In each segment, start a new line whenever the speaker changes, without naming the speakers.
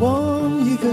望一个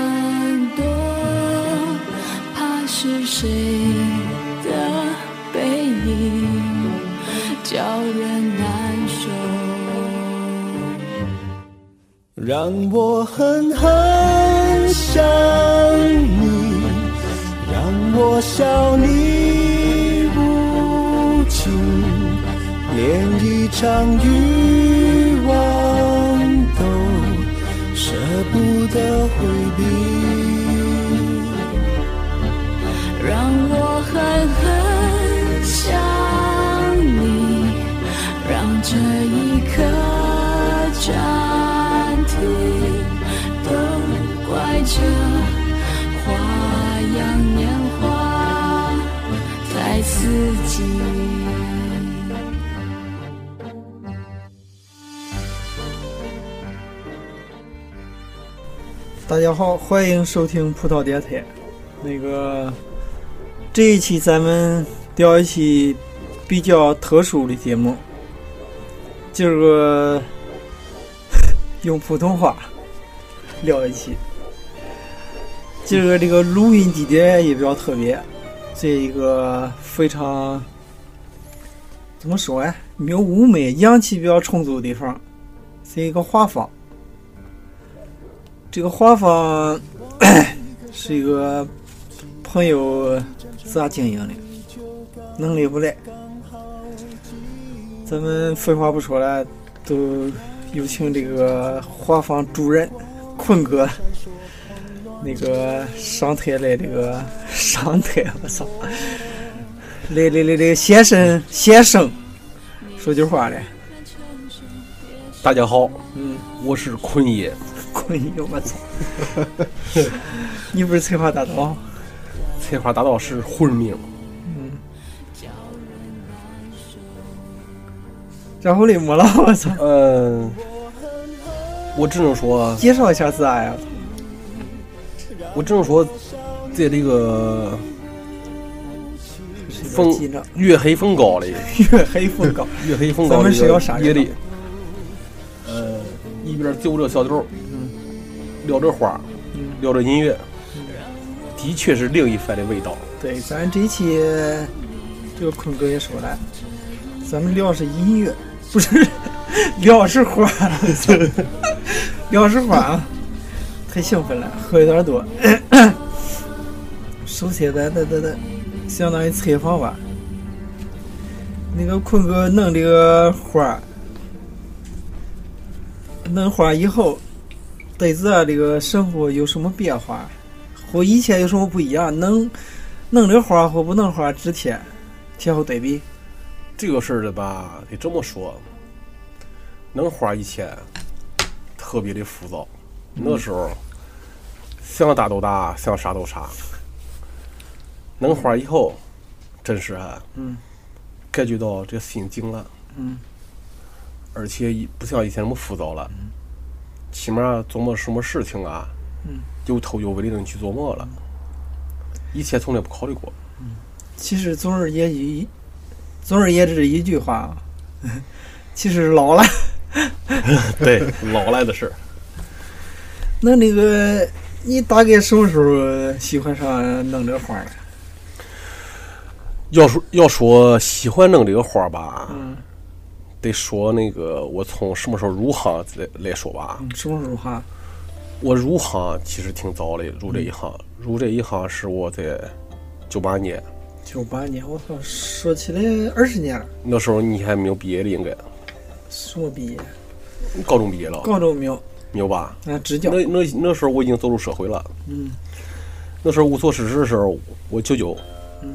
躲，怕是谁的背影叫人难受。
让我狠狠想你，让我笑你无情，连一场欲望都舍不得回避。
让我狠狠想你，让这一刻暂停。都怪这花样年华太刺激。
大家好，欢迎收听葡萄电台。那个，这一期咱们聊一期比较特殊的节目，今儿个 用普通话聊一期。今儿个这个录音地点也比较特别，这一个非常怎么说呀、没有雾霾、阳气比较充足的地方，是一个画舫。这个画舫是一个朋友自家经营的，能力不赖。咱们废话不说了，都有请这个画舫主任坤哥，那个上台来，这个上台，我操！来来来来，先生先生，说句话来，
大家好，
嗯，
我是坤爷，
坤爷，我操！ 你不是策划大刀？
策划大道是混命，
嗯，然后嘞，没了，我操！
嗯、我只能说，
介绍一下自啊家呀，
我只能说，在这个风
记着
月黑风高的
月黑风高，
月黑风高
咱
的
们是要啥人
夜
呢
里，呃，一边揪着小豆，
嗯
聊着花，
嗯，
聊着音乐，的确是另一番的味道。
对，咱这一期这个坤哥也说了，咱们聊是音乐，不是聊是花，聊是花啊！太兴奋了，喝有点多。 首先，咱咱咱咱相当于采访吧。那个坤哥弄这个花儿，弄花儿以后，对自己这个生活有什么变化？和以前有什么不一样？能弄这花和不弄花之前，前后对比。
这个事儿的吧，得这么说，能花一千，特别的浮躁。那时候想打都打，想啥都啥。能花以后，真是啊，
嗯，
感觉到这心静了，
嗯，
而且也不像以前那么浮躁了，起码琢磨什么事情啊，
嗯，
有头有尾的能去琢磨了。以前从来不考虑过，
其实总而言之，总而言之一句话啊， 其实老了。
对，老来的事儿。
那那个，你大概什么时候喜欢上弄这花了？
要说要说喜欢弄这个花儿吧，
嗯
得说那个我从什么时候入行来来说吧。啊
嗯，什么时候哈？
我入行其实挺早的，入这一行，入这一行是我在九八年，
九八年，我操，说起来二十年了，
那时候你还没有毕业的，应该
什么毕业？
你高中毕业了，
高中没有，
没有吧？
啊，支教。
那那那时候我已经走入社会了，
嗯
那时候无所事事的时候，我舅舅，
嗯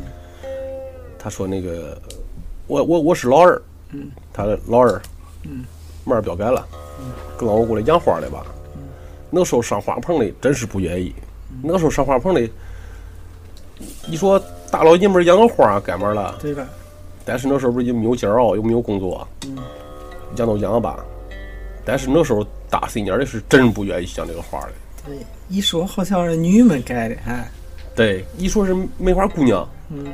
他说那个我我我是老二，
嗯
他的老二，
嗯，
妹儿不要干了，跟我过来养花来
嗯
吧。那时候上花棚里真是不愿意，那时候上花棚里一说大老爷们儿养花干嘛了？
对吧？
但是那时候不是也没有骄傲，又没有工作，
嗯
养都养吧。但是那时候大新年的是真不愿意养这个花的。
对，一说好像是女们盖的，哎，
对，一说是梅花姑娘，
嗯，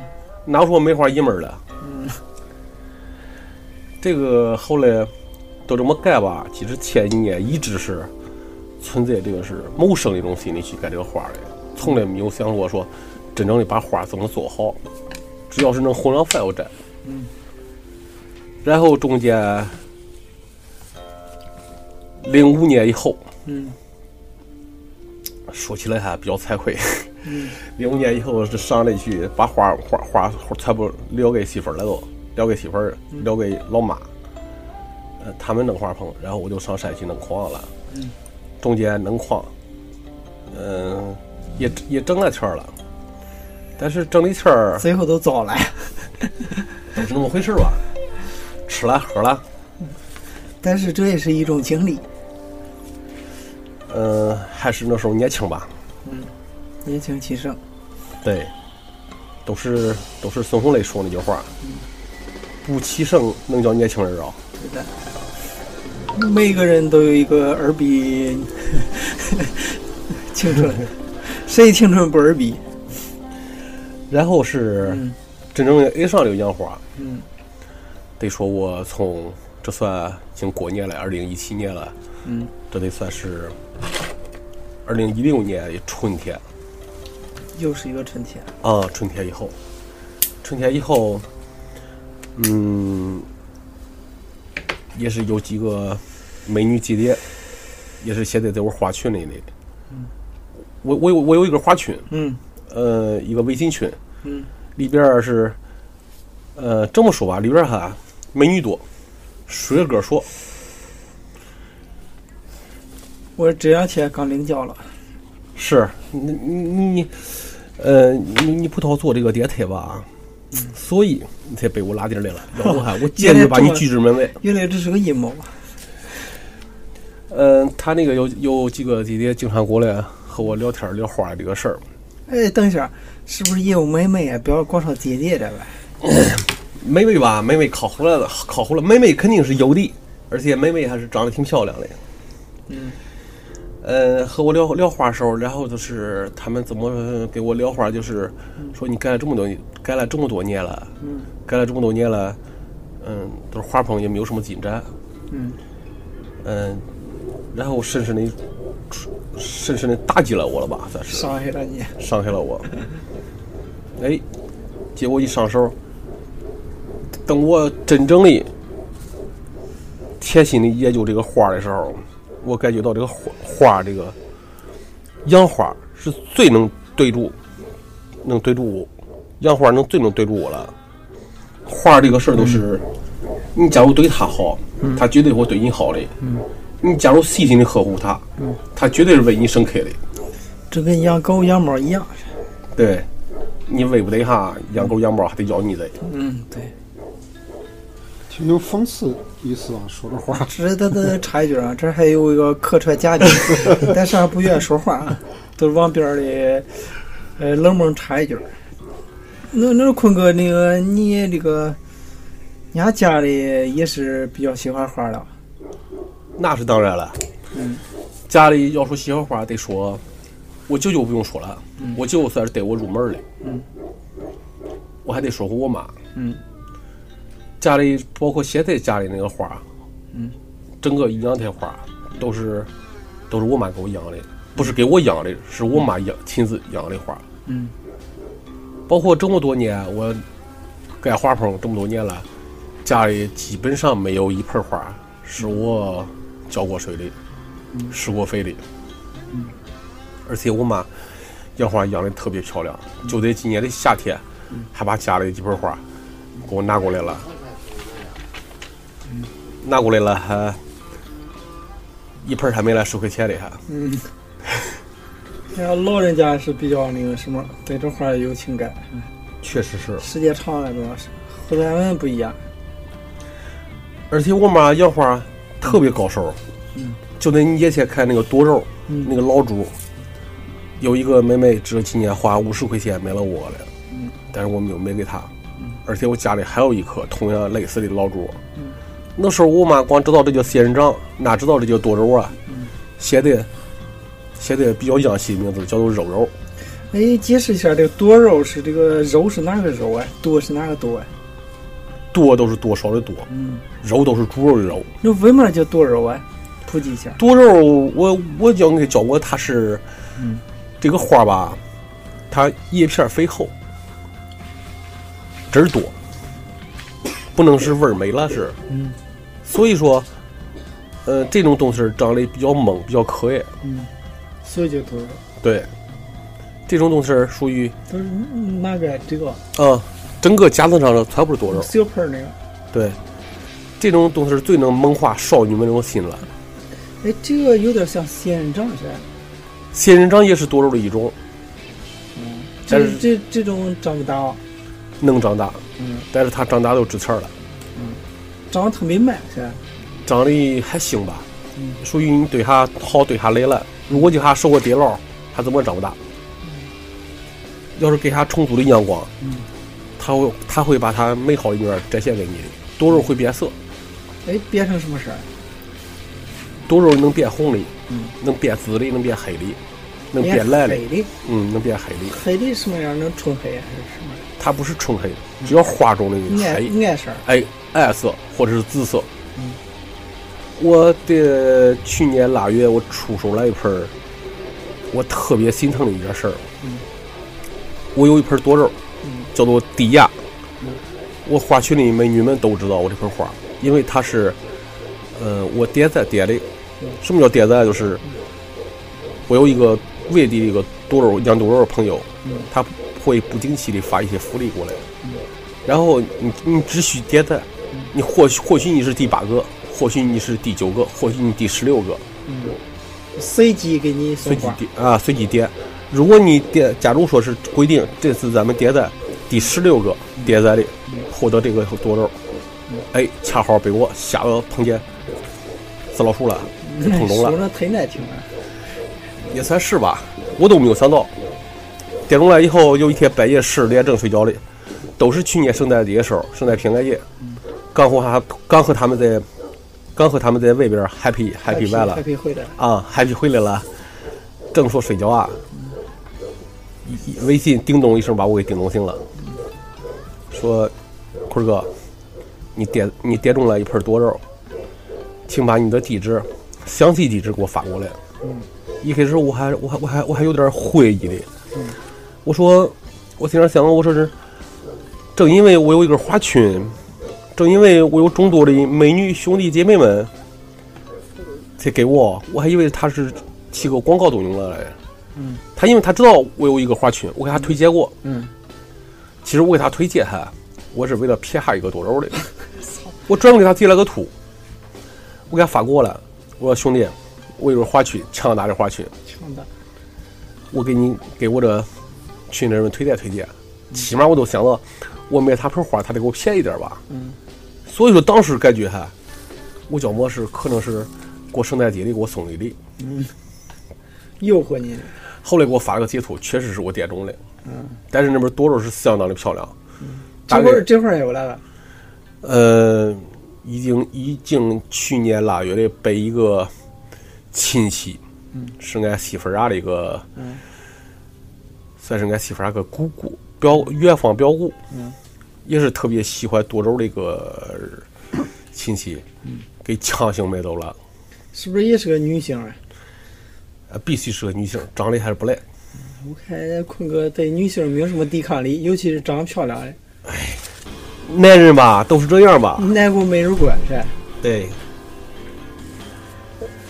哪说梅花爷们儿了？嗯，这个后来都这么改吧，其实前几年一直是存在这个是谋生的一种心理去改这个花儿的，从来没有想过说真正的把花儿怎么做好，只要是能混上饭我摘。嗯，然后中间零五年以后，
嗯，
说起来还比较惭愧。零五年以后是上来去把花花花全部留给媳妇儿了都，留给媳妇儿，留给老妈。呃，他们弄花棚，然后我就上山去弄矿了。中间弄矿，嗯、也也挣了钱儿了，但是挣的钱儿
最后都糟了。
都是那么回事儿吧，吃了喝了，
但是这也是一种经历，
嗯、还是那时候年轻吧，
年轻气盛。
对，都是都是孙红雷说那句话，不起盛能叫年轻人啊。
对的，每个人都有一个耳鼻青春， 谁青春不耳鼻？
然后是
嗯
真正的爱上了养花。
嗯，
得说我从这算已经过年了，二零一七年了，
嗯，
这得算是二零一六年的春天
又是一个春天。
啊，春天以后，春天以后，嗯，也是有几个美女姐姐，也是现在在我花群里的。我我有我有一个花群，
嗯
呃，一个微信群，
嗯
里边儿是，呃，这么说吧，里边儿哈美女多，水哥说，
我这两天刚领教了。
是你你你，呃，你你葡萄做这个电台吧，啊所以你才被我拉进来了，要不哈，我简直把你拒之门外。
原来这是个阴谋啊！
嗯、他那个有有几个姐姐经常过来和我聊天儿聊花儿这个事儿，
哎，等一下，是不是业务妹妹啊？不要光说姐姐这呗。
妹妹吧，妹妹考回来了，考回来，妹妹肯定是有的，而且妹妹还是长得挺漂亮的。
嗯，
呃，和我聊聊花的时候，然后就是他们怎么呃给我聊花，就是说你干了这么多，干了这么多年了，
嗯
干了这么多年了，嗯，都是花棚也没有什么进展，
嗯
嗯，然后深深的深深的打击了我了吧，算是
伤害了你。
伤害了我。哎，结果一上手，等我真正的贴心的研究这个花儿的时候，我感觉到这个花花儿这个养花儿是最能对住，能对住我，养花儿能最能对住我了。花儿这个事儿都是，你假如对它好，它绝对会对你好的。你假如细心的呵护它，它绝对是为你深刻的。
这跟养狗养猫一样。
对，你喂不得哈，养狗养猫还得咬你的。
嗯，对。
挺有讽刺意思啊，说的话。
这这 这插一句啊，这还有一个客串 嘉宾，但是还不愿意说话啊，都往边儿里，呃，冷猛插一句。那那坤哥，那个你这个，你家家里也是比较喜欢花的，
那是当然了。家里要说喜欢花，得说我舅舅不用说了，我舅舅算是带我入门的。
嗯
我还得说回我妈，
嗯
家里包括现在家里那个花，
嗯，
整个一阳台花都是都是我妈给我养的，不是给我养的，是我妈养亲自养的花。
嗯
包括这么多年，我盖花棚这么多年了，家里基本上没有一盆花是我浇过水的，嗯施过肥的。而且我妈养花养的特别漂亮，就在今年的夏天，还把家里几盆花给我拿过来了，嗯拿过来了还一盆还没来十块钱的还。
嗯。然后老人家是比较那个什么，对这花有情感，
确实是，
时间长了主要是和咱们不一样。
而且我妈养花特别高手，
嗯
就那你以前看那个多肉，那个老猪，有一个妹妹这今年花五十块钱买了我了，
嗯
但是我们就没给他。而且我家里还有一棵同样类似的老竹
嗯。
那时候我妈光知道这叫仙人掌，哪知道这叫多肉啊
嗯？
写的写的比较洋气的名字叫做肉肉，
哎，解释一下，这个多肉是这个肉是哪个肉啊？多是哪个多啊？
多都是多少的多，
嗯，
肉都是猪肉的肉。
那为嘛叫多肉啊？普及一下。
多肉，我我应给教过它是，
嗯
这个花吧，它叶片肥厚，汁儿多，不能是味儿没了是。
嗯
所以说，呃，这种东西儿长得比较猛，比较可爱。
嗯，所以叫多肉。
对，这种东西儿属于
都是那个这个
啊，整个架子上的全部是多肉。
小盆那个。
对，这种东西儿最能萌化少女们那种心了。
哎，这个有点像仙人掌似的。
仙人掌也是多肉的一种，但
这
是
这这种长不大啊，
能长大，
嗯，
但是它长大都支刺儿了。
长得特别慢是吧？
长得还行吧
嗯，
属于你对它好对它累了。如果给它受过跌落，它怎么长不大？要是给它充足的阳光
嗯，
它会它会把它美好的一面展现给你的。多肉会变色，
哎，变成什么色儿？
多肉能变红的
嗯，
能变紫的，能变黑的，能变蓝的，
哎黑的，
嗯，能变黑的。
黑的什么样？能纯黑还是什么？
它不是纯黑的，
嗯
只要花中的黑，
暗暗色儿。
哎，暗色或者是紫色。
嗯
我的去年腊月我出手了一盆儿，我特别心疼的一件事儿。
嗯
我有一盆多肉，
嗯
叫做低压。
嗯
我花群里美女们都知道我这盆花，因为它是，呃，我点赞点的。
嗯
什么叫点赞？就是我有一个外地的一个多肉养多肉的朋友，
嗯
他会不定期的发一些福利过来。
嗯
然后你你只需点赞，你或许或许你是第八个，或许你是第九个，或许你第十六个，
嗯，随机给你
随
送
机
花。
点啊随机点。如果你点，假如说是规定这次咱们点赞第十六个点赞的获得这个多肉，哎，恰好被我下个碰见死老鼠了，就
哎
碰中
说
了，
的太难听了。
也算是吧，我都没有想到。点中了以后，有一天半夜十点正睡觉嘞，都是去年圣诞节的时候，圣诞平安夜，刚和他刚和他们在刚和他们在外边 happy happy 完了
太，皮回来了。
啊，happy 回来了，正说睡觉啊，一一微信叮咚一声把我给叮咚醒了，说坤儿哥，你点你点中了一盆多肉，请把你的地址，详细地址给我发过来。一开始我还我还我还我还有点会意的，我说我心里想，我说是，正因为我有一个花群，正因为我有众多的美女兄弟姐妹们。才给我，我还以为他是起个广告都用了嘞。
嗯，
他因为他知道我有一个花群，我给他推荐过。
嗯，
其实我给他推荐他，我是为了骗他一个多 肉的。我专门给他截了个图，我给他发过来，我说兄弟，我有个花群，强大的花群，
强大。
我给你给我的群里人们推荐推荐，
嗯
起码我都想到，我买他盆花，他得给我便宜点吧。
嗯
所以说当时感觉哈，我觉么是可能是过圣诞节的给我送的礼。
嗯，诱惑你了。
后来给我发了个截图，确实是我点中的。嗯，但是那边多肉是相当的漂亮，大
这
概
会儿这会儿有来了。
呃，已经已经去年腊月的被一个亲戚，嗯，是俺媳妇儿家的一个，
嗯
算是俺媳妇儿家个姑姑，表远方表姑，
嗯，
也是特别喜欢多肉的一个亲戚，嗯，给强行买走了，
是不是也是个女性啊？
呃必须是个女性，长得还是不赖，
我看坤哥对女性没有什么抵抗力，尤其是长得漂亮的，
男人吧都是这样吧，
难过没人管是吧？
对，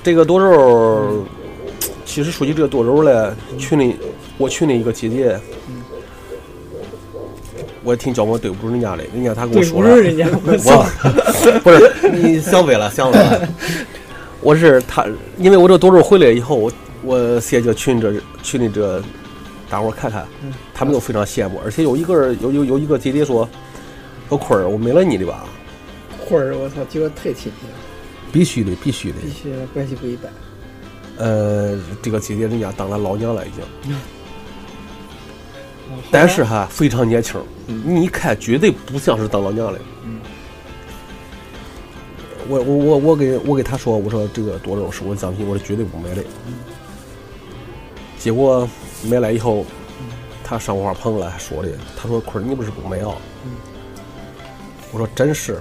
这个多肉，其实说起这个多肉来，群里我群里一个姐姐，我也挺琢磨对不住人家的，人家她跟我
对
说
不
了
是，人家， 我操！
我不是你想歪了，想歪了。我是他，因为我这多肉回来以后，我我写这群这群里这大伙儿看看
嗯，
他们都非常羡慕，而且有一个人有有有一个姐姐说，说坤儿，我没了你的吧，
或者我操，结果太亲密了，
必须的，必须的
必须关系不一般。
啊呃，这个姐姐人家当了老娘了已经。但是还非常年轻儿，你一看绝对不像是当老娘的。我我我我给我给他说，我说这个多肉是我的奖品，我是绝对不买的。结果买来以后，他上我花棚来说的，他说：“坤儿，你不是不买啊？”我说：“真是，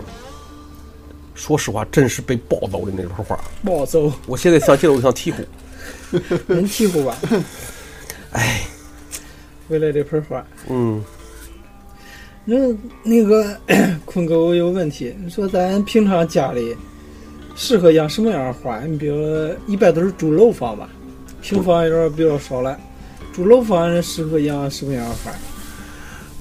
说实话，真是被暴揍的那盆花。
不好走，
我现在想起来，我就想啼哭。
人欺负吧。
哎，
为了这盆花，
嗯，
那那个坤哥，我有问题，你说咱平常家里适合养什么样的花？你比如嗯说一般都是住楼房吧，平房有点比较少了。住楼房人适合养什么样的花？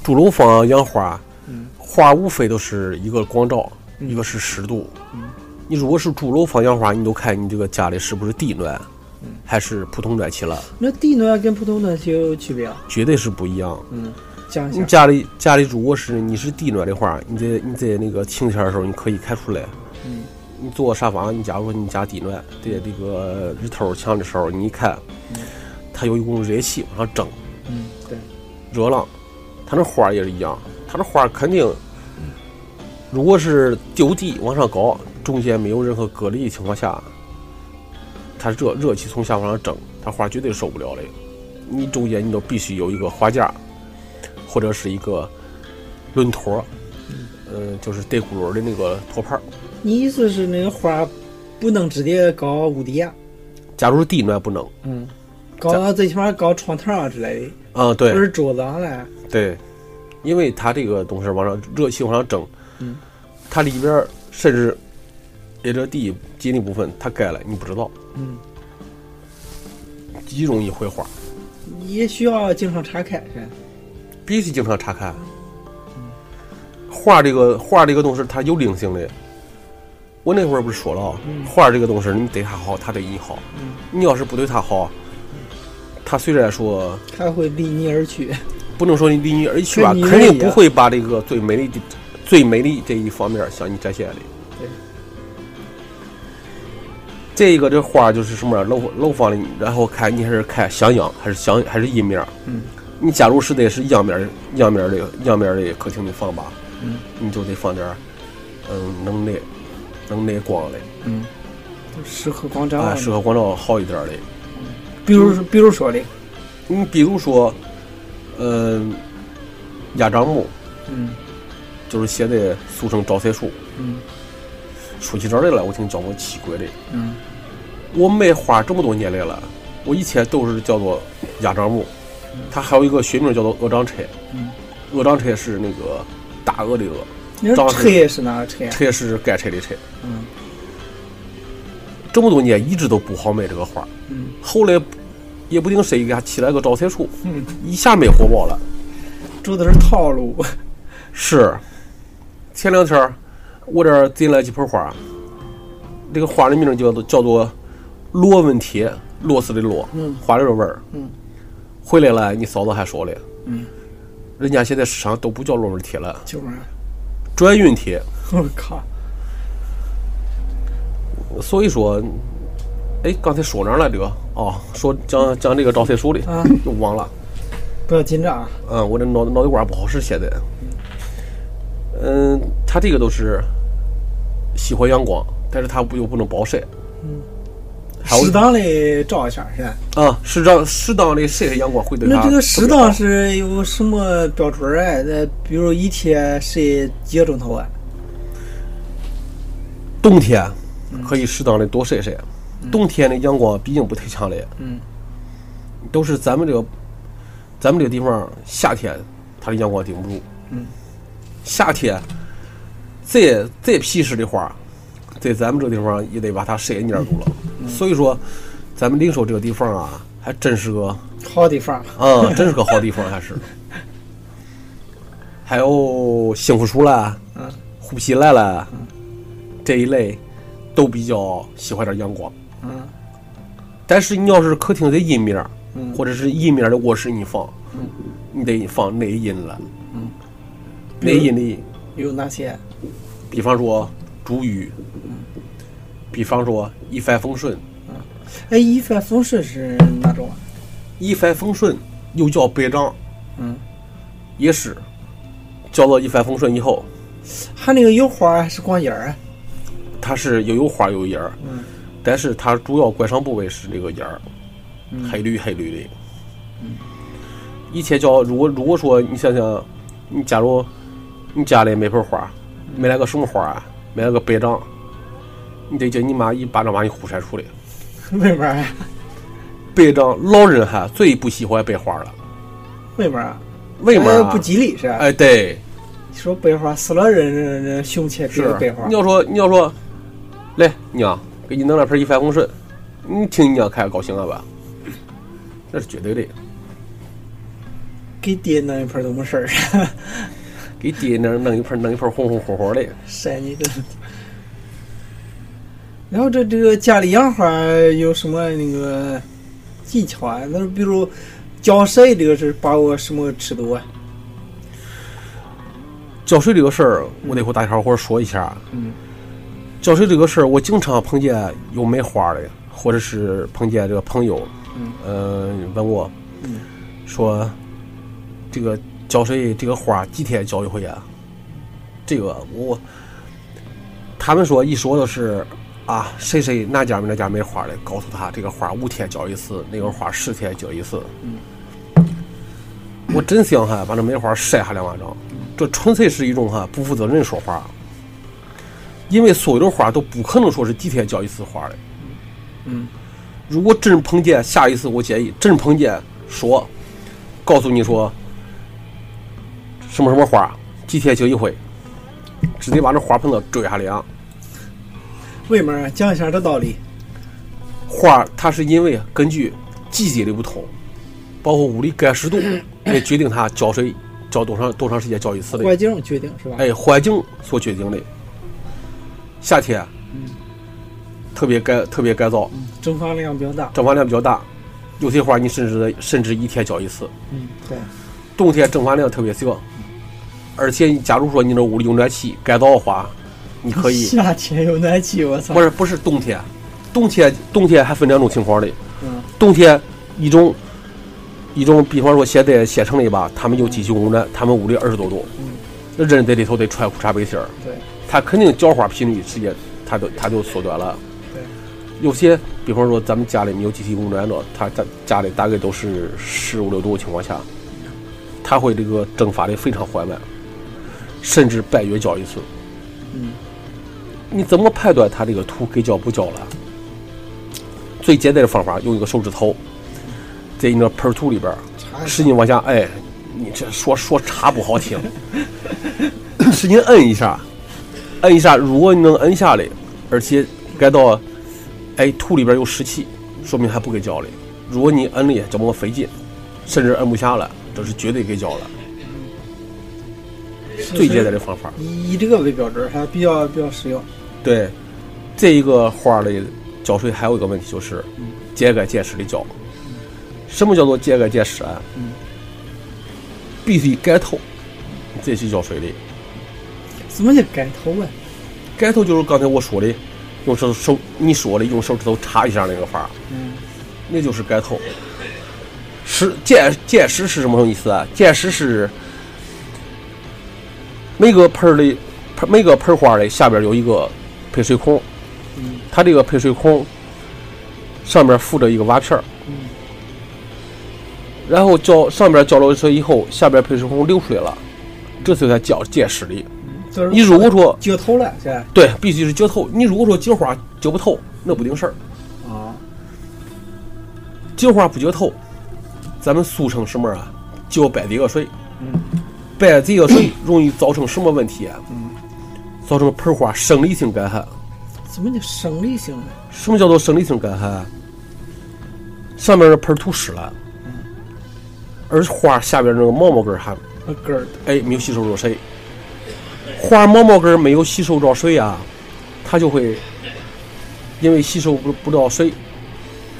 住楼房养啊花
嗯，
花无非都是一个光照，
嗯
一个是湿度
嗯。
你如果是住楼房养花，你都看你这个家里是不是地暖
嗯，
还是普通暖气了，
那地暖跟普通暖气有区别啊？
绝对是不一样。
嗯，讲一
你
下。
家里家里如果是你是地暖的话，你在你在那个晴天的时候，你可以开出来。
嗯，
你坐个沙发，你假如说你家地暖，在这个日头强的时候，你一看，它有一股热气往上蒸，
嗯，对，
热浪，它那花儿也是一样，它那花儿肯定，如果是就地往上高，中间没有任何隔离的情况下，它热热气从下往上蒸，它花儿绝对受不了的。你中间你都必须有一个花架，或者是一个轮托儿，嗯、就是带轱辘的那个托盘儿。
你意思是那个花不能直接搞屋顶啊？
假如地暖不能，
嗯，搞最起码搞窗台啊之类的，
啊、
不
对
是桌子上了。
对，因为它这个东西往上热气往上蒸，
嗯
它里边儿甚至也这地接那部分它盖了，你不知道，
嗯，
极容易会花，
也需要经常查看，是吧？
必须经常查看。
嗯
花这个花这个东西它有灵性的，我那会儿不是说了啊，
嗯
花这个东西你对它好，它对你好，
嗯
你要是不对它好，它虽然说
它会离你而去。
不能说你离你而去吧
跟，你啊
肯定
一样
不会把这个最美丽的、最美丽这一方面向你展现的。
对，
这个这花就是什么样，楼楼房里，然后看你还是看想养还是想还是一面儿。
嗯
你假如实在是阳面儿阳面儿的阳面儿的客厅里放吧，
嗯
你就得放点儿嗯能耐能耐光的，
嗯，都适合光照
啊，适嗯合光照好一点儿的。
比如说比如说的，
你比如说，嗯、压樟木
嗯
就是现在俗称招财树，
嗯
说起这儿来了，我听讲过奇怪的。
嗯
我卖花这么多年来了，我以前都是叫做压樟木，它还有一个学名叫做鹅掌柴。
嗯，
鹅掌柴是那个大鹅的鹅，
你
照
说
是
车是哪个车呀？
柴是干柴的柴。
嗯
这么多年一直都不好卖这个花，
嗯
后来也不定谁给它起了个招财树，
嗯，
一下卖火爆了。
住的是套路。
是，前两天儿我这儿进来几盆花，这个花的名儿叫做叫做螺纹铁，螺丝的螺，
嗯
花的这味儿，
嗯，
回来了，你嫂子还说了，
嗯，
人家现在市场都不叫螺纹铁了，
就是，
转运铁，
我靠，
所以说，哎，刚才说哪儿来着？哦，说讲讲这个招财树的，
啊
又忘了。
不要紧张啊。
嗯，我这脑脑血管不好使，现在。嗯，它这个都是喜欢阳光，但是它不又不能暴晒。还有
适当的照一下是吧？
啊，适当适当的晒晒阳光会对它啊
那
特别好。
这个适当是有什么标准儿啊？那比如一天晒几个钟头啊？
冬天可以适当的多晒晒，冬天的阳光毕竟不太强烈，
嗯
都是咱们这个咱们这个地方夏天它的阳光顶不住。
嗯，
夏天再再皮实的花，在咱们这个地方也得把它晒蔫住了。
嗯
所以说，咱们灵寿这个地方啊，还真是个
好地方。
啊、真是个好地方，还是。还有幸福树啦，
嗯
虎皮兰啦，这一类都比较喜欢点阳光。
嗯
但是你要是客厅的阴面儿，
嗯
或者是阴面儿的卧室，你放，你得放内阴了。
嗯
内阴里，
有哪些？
比方说竹雨，
嗯
比方说一帆风顺，
哎，一帆风顺是哪种啊？
一帆风顺又叫白樟，
嗯
也使浇了一帆风顺以后，
它那个油花还是光眼儿啊？
它是有有花有叶儿，
嗯
但是它主要观赏部位是这个叶儿，
嗯
黑绿黑绿的。一切叫如果如果说你想想，你假如你家里没盆花，
嗯
买了个什么花啊？买了个白掌，你得叫你妈一巴掌把你呼扇出来。
为嘛啊呀？
白掌老人哈最不喜欢白花了，
为嘛啊？
为嘛啊、
哎不吉利是吧？
哎，对，
说白话，死了人人人胸前别
是
个白话
你，要说你要说，来娘，给你弄两盆一帆风顺，你听你娘开高兴了吧？那是绝对的，
给爹弄一盆都没事儿，
给爹那儿弄一盆弄一盆红红火火的，
晒你的。 然后这这个家里养花有什么那个技巧啊？那比如浇水这个是把握什么尺度啊？
浇水这个事儿，我得和大家伙儿说一下。
嗯，
浇水这个事儿，我经常碰见有卖花的，或者是碰见这个朋友，
嗯，
呃，问我，
嗯，
说这个浇水这个花几天浇一回啊？这个我，他们说一说的是啊，谁谁哪家哪家卖花的，告诉他这个花五天浇一次，那个花十天浇一次。
嗯，
我真想哈，把这梅花晒下两巴掌。这纯粹是一种哈不负责任说话，因为所有的花都不可能说是几天浇一次花的。
嗯，
如果真碰见，下一次我建议真碰见说，告诉你说什么什么花几天浇一回，直接把这花盆子追下来啊。
为嘛啊讲一下这道理？
花儿它是因为根据季节的不同，包括屋里干湿度也决定它浇水浇多长多长时间浇一次的。
环境决定是吧？
哎，环境所决定的。夏天，
嗯
特别干，特别干燥，
蒸发量比较大。
蒸发量比较大，有些花你甚至甚至一天浇一次。
嗯，对，
冬天蒸发量特别小，而且假如说你这屋里有暖气，干燥的花，你可以
夏天有暖气，我操
不！是不是冬天，冬天冬天还分两种情况的，
嗯
冬天一种一种，比方说现在县城里吧，他们有机器供暖，他们屋里二十多度，
嗯
那人在里头得穿裤衩背心儿，
对，
他肯定浇花频率直接他都他就缩短了。
对，
有些比方说咱们家里没有集体供暖的，他家家里大概都是十五六度的情况下，他会这个蒸发的非常缓慢，甚至半月浇一次。
嗯，
你怎么判断它这个土给浇不浇了？最简单的方法，用一个手指头，在你那盆土里边儿
查一
使劲往下，哎，你这说说茶不好 听，使劲摁一下，摁一下，如果你能摁下来，而且该到，哎，土里边有湿气，说明还不给浇了。如果你摁了，这么费劲，甚至摁不下了，这是绝对给浇了。最简单的方法，
以以这个为标准，还比较比较实用。
对，这一个花儿的浇水还有一个问题就是见干见湿的浇。什么叫做见干见湿啊？
嗯
必须干透，你再去浇水的。
怎么就改头啊？
盖头就是刚才我说的，用手手你说的用手指头插一下那个法，
嗯，
那就是盖头。实见见实是什么意思啊？见实是每个盆儿的盆每个盆花的下边有一个配水孔，
嗯
它这个配水孔上面附着一个瓦片儿，
嗯
然后浇上边浇了水以后，下边配水孔流出来了，这才叫叫见实的。
就是
你如果说
撅头了，是吧？
对，必须是浇透。你如果说浇花浇不透，那不顶事儿。哦
啊，
浇花不浇透，咱们俗称什么啊？浇百这个水。
嗯，
百这个水容易造成什么问题啊？
嗯，
造成盆花生理性干旱。
怎么就生理性了？
什么叫做生理性干旱啊？上面的盆土湿了，
嗯
而花下边那个毛毛根儿还
那根儿
哎没有吸收着水，花毛毛根儿没有吸收着水啊，它就会因为吸收不不到水，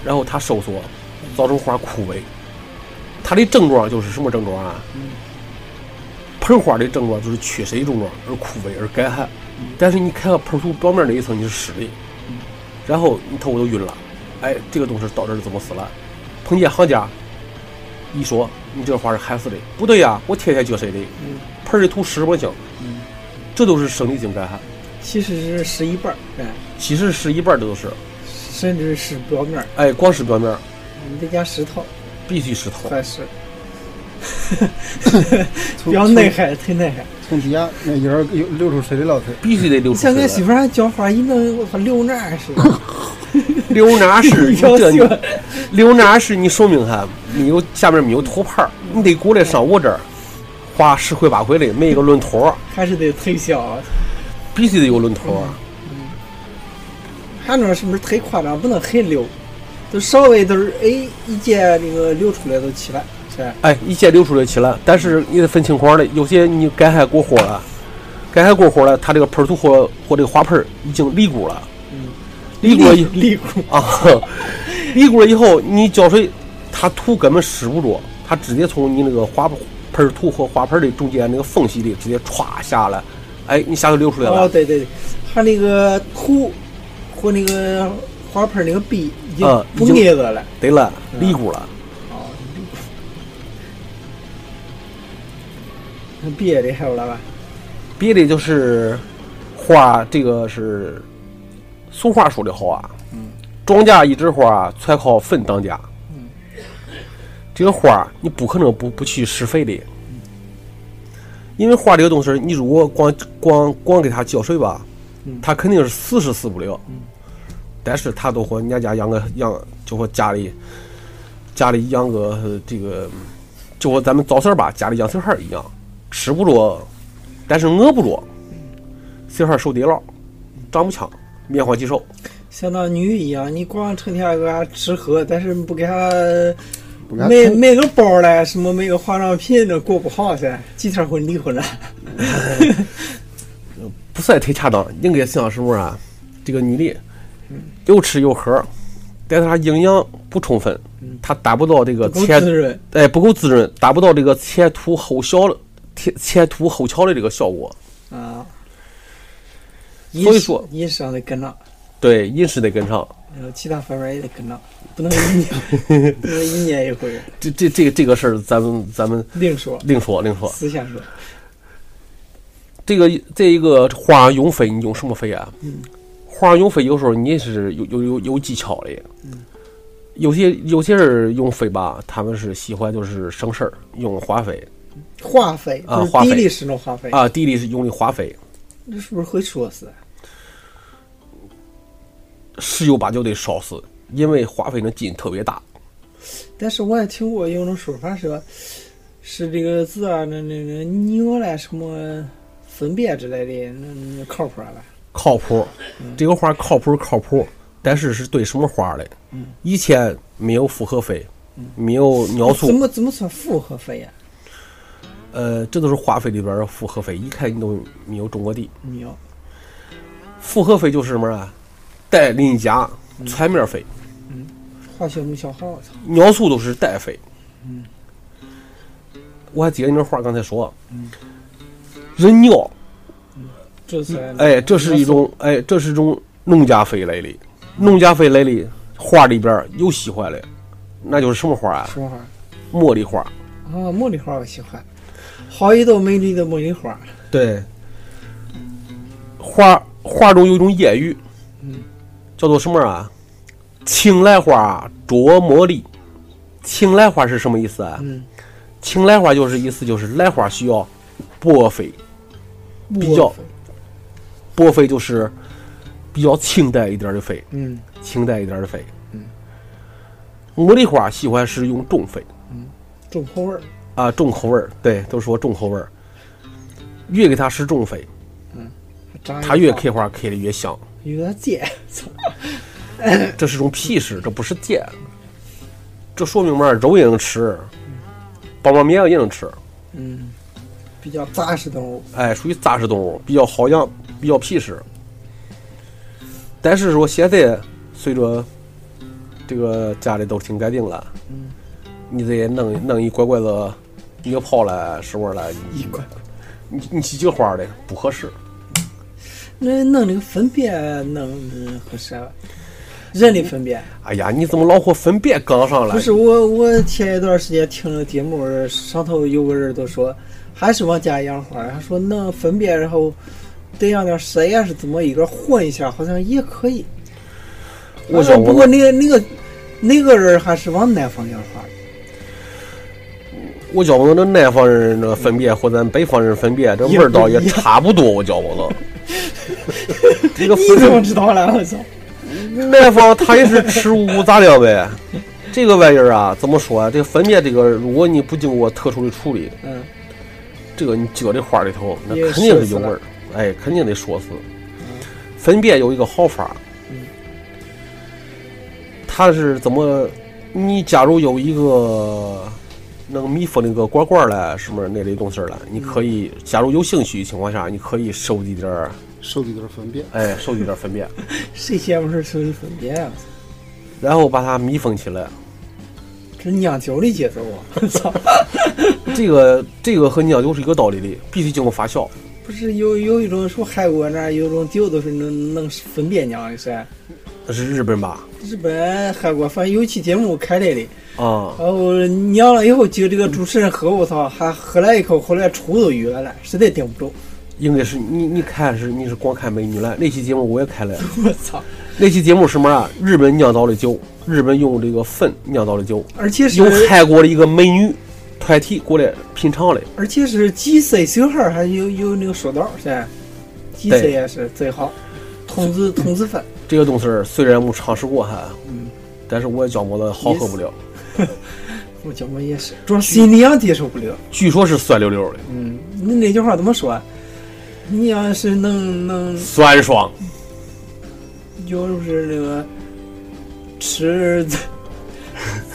然后它收缩，造成花枯萎。它的症状就是什么症状啊？盆花的症状就是缺水症状，而枯萎而干旱。但是你看到盆土表面那一层你是湿的，然后你头都晕了，哎，这个东西到这儿怎么死了？碰见行家一说，你这花是害死的。不对呀，我天天撅谁的
嗯，
盆儿里吐屎不行。
嗯
这都是生理性灾害，
其实是使一半儿，哎，
其实是一半儿这都是。
甚至使表面儿，
哎，光是表面儿
你得加石头
必须是头，
还是
从
不要
从
内害，忒内害。
从底下那一人有溜出水里老腿，
必须得流
你
出水
像俺媳
来。
妇儿还浇花，一弄我操溜那儿 似的，
流哪 是？你
要
这你
死我
流哪是？你说明还没有下面没有头盘儿，你得过来上我这儿，花十块八块的，没一个论头儿，
还是得推销啊。
必须得有论头儿。
还那是不是忒夸张，不能很溜，就稍微都是哎一见那个溜出来都起来，是吧？
哎，一见流出来起来，但是你得分情况的，有些你干旱过火了，干旱过火了，它这个盆儿土或或这个花盆儿已经立骨了，
嗯
立骨了以
立骨，
啊，立骨了以后，你浇水，它土根本使不着，它直接从你那个花盆儿土和花盆儿的中间那个缝隙里直接歘下来，哎，你下就流出来了。
哦，对对对，它那个土和那个花盆那个壁已经
啊
不
已经
捏着了。
得了，
嗯
立骨了。
哦，毕业的还有了吧？
别的就是花，这个是俗话说的好啊，庄稼一枝花，全靠粪当家。这个花你不可能不不去施肥的，因为花这个东西，你如果光光光给它浇水吧，它肯定是死是死不了。但是它都和人家家养个养，就和家里家里养个呃这个，就和咱们早市吧，家里养小孩儿一样，吃不着但是饿不着，小孩受跌落，长不强，面黄肌瘦，
相当于一样，你光成天给他吃喝，但是不给他
不敢
买买个包儿嘞，什么买个化妆品，这过不好噻，几天会离婚了。
不算太恰当。应该像什么啊？这个女的又吃又喝，但是她营养不充分，她达不到这个
不够
前
滋润
哎不够滋润，达不到这个前凸后小的前前凸后翘的这个效果。
啊。
所以说
饮食上得跟上，
对，饮食得跟上。
然后其他方面也得跟上，不能一年不能一年一回，
这这这个这个事儿，咱们咱们
另说，
另说另说。
私下说。
这个这一个花儿用肥，你用什么肥啊？花儿用肥有时候你也是有有有有技巧的。有些有些人用肥吧，他们是喜欢就是省事儿，用化肥
化肥
啊
就是
化肥
地里使那化肥，
啊，地里是用的化肥，
这是不是会说死？
十有八九得烧死，因为化肥那劲特别大。
但是我也听过有种说法说，是这个自然的那个牛嘞什么粪便之类的，那那靠谱啊了。
靠谱，这个花靠谱靠谱，但是是对什么花的？以前没有复合肥，没有尿素
怎，哦么怎么算复合肥呀、
呃，这都是化肥里边儿的复合肥，一看你都没有中国地。
没有，
复合肥就是什么啊？氮磷钾全面肥，
化学没消耗，我操！
尿素都是氮肥。我还记得你那话刚才说，人尿，
这算
哎，这是一种，哎，这是一种农家肥来的，农家肥来的花里边儿有喜欢的，那就是什么花啊？
什么花啊？
茉莉花。
茉莉花我喜欢，好一朵美丽的茉莉花。
对，花花中有一种谚语，叫做什么啊？青来花着茉莉。青来花是什么意思啊？
嗯，
青来花就是意思就是来花需要薄肥，比较
茉莉
薄肥就是比较清淡一点儿的肥，
嗯，
清淡一点儿的肥。茉莉花喜欢是用重肥
重口味儿。
啊，重口味儿，对，都说重口味儿，越给它施重肥，
长
它越
开，
开花开的越香。
有点贱，操！
这是种屁事，这不是贱。这说明白儿，肉也能吃，棒棒面也能吃，
嗯，比较扎实动物。
哎，属于杂食动物，比较好养，比较屁事。但是说现在随着这个家里都挺干净了，你得弄弄一乖乖的一个泡了，什么了，你你你几个花的不合适。
那弄那个粪便弄嗯合适吧？人的分辨。
哎呀，你怎么老和分别杠上了？
不是我，我前一段时间听了节目，上头有个人都说，还是往家养花，他说弄分别，然后得让点谁呀，是怎么一个混一下，好像也可以。
我
说
想
不
我
过那个那个那个人还是往南方养花，
我觉不能那南方人那分别和咱北方人分别，这味儿道也差不多。我觉不能。这个
你
分
怎么知道了？我操！
南方他也是吃五杂粮呗。这个玩意儿啊，怎么说啊？这个分别这个，如果你不经过特殊的处理，
嗯，
这个你搁这花里头，那
也
肯定
说
是
死
有
了
味儿，哎，肯定得说死。分别有一个好法儿
嗯，
它是怎么？你假如有一个那个密封的一个罐罐儿嘞，什么那类东西儿嘞，你可以，假如有兴趣情况下，你可以收集点儿，
收集点粪便，
哎，收集点儿 分别，
谁闲不事手里分别啊？我操
然后把它密封起来。
这是酿酒的节奏啊！我 操！
这个这个和酿酒是一个道理的，必须经过发酵。
不是有有一种说韩国那儿有一种酒都是能能分辨酿的噻，
那是日本吧？
日本、韩国，反正有期节目开来的，
啊、
然后酿呃了以后，就这个主持人喝，我操，还喝了一口，后来厨都哕了，实在顶不住，
应该是你你看是你是光看美女了，那期节目我也看了。
我操！
那期节目是什么啊？日本酿造的酒，日本用这个粪酿造的酒，
而且是
有韩国的一个美女团体过来品尝嘞。
而且是几岁小孩儿还有有那个说道儿噻，几岁
对
也是最好，童子童子饭，
这个东西儿虽然没尝试过哈，但是我也觉得好喝不了。
我觉得也是，主要心里上接受不了。
据说是酸溜溜的，
嗯，你那句话怎么说？啊你要是能能，
酸爽。
要是那个吃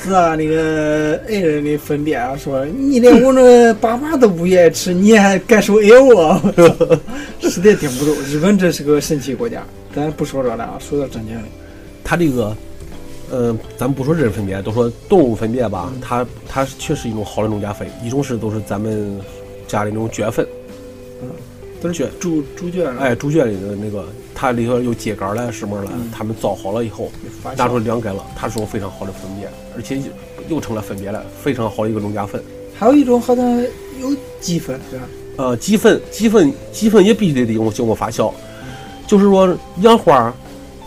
是啊，那个爱人的分辨啊，说你连我那爸妈都不愿意吃，你还敢说爱我？ 我操实在顶不住。日本真是个神奇国家，咱不说这了啊，说到正经的。
它这个，呃，咱不说人分别，都说动物分别吧，它它确实一种好的农家粪，一种是都是咱们家里那种蕨粪，
都是
卷
猪猪圈啊，
哎，猪圈里的那个，它里头有秸秆了什么了，他们造好了以后，
嗯发酵
拿出晾干了，它是种非常好的粪便，而且又又成了粪便了，非常好的一个农家粪。
还有一种好像有鸡粪是吧？
呃，鸡粪、鸡粪、鸡粪也必须得用经过发酵，
嗯
就是说养花儿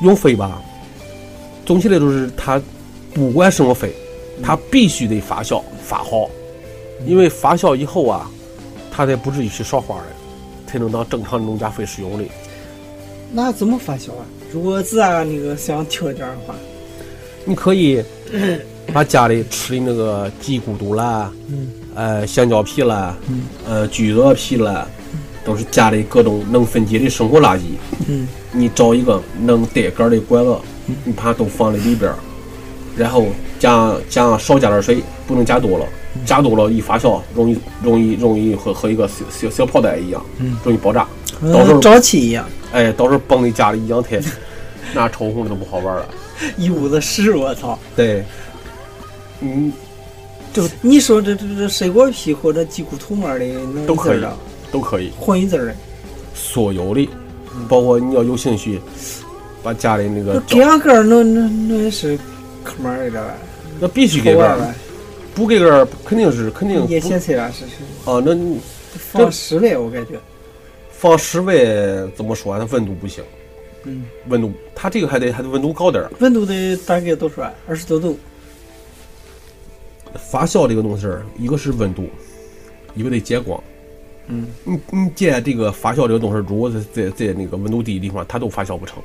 用肥吧，总体来说是它不管什么肥，
嗯
它必须得发酵发好，因为发酵以后啊，它才不至于去烧花儿了，才能当正常农家肥使用的。
那怎么发酵啊？如果咱那个想听点儿的话，
你可以把家里吃的那个鸡骨头啦，
嗯
呃，香蕉皮啦，呃，橘子皮啦，都是家里各种能分解的生活垃圾。
嗯，
你找一个能带盖儿的罐子，你把它都放在里边儿，然后加加少加点水，不能加多了，
嗯
加多了一发酵容易容易容易和和一个小小小炮弹一样，
嗯
容易爆炸。到时
跟
候
沼气一样，
哎，到时候崩的家里一阳台， 那臭烘的都不好玩了。
一屋子屎，我操！
对，嗯，
你说这这这水果皮或者鸡骨头面的那
都可以
籽儿啊
都可以，
混一籽儿，
所有的，包括你要有兴趣，把家里那
那
个
这样根儿那那那也是可门儿的了，
那必须
口
给
味
个
儿
儿，
了，
不给个儿肯定是肯定
野
嗯不
咸菜了是是，
啊，那你
放室内我感觉，
放室外怎么说啊？它温度不行，
嗯，
温度它这个还得还得温度高点儿。
温度得大概多少啊？二十多度，
发酵这个东西儿，一个是温度，一个得结光。
嗯，
你你见这个发酵这个东西儿，如果在在在那个温度低的地方，它都发酵不成。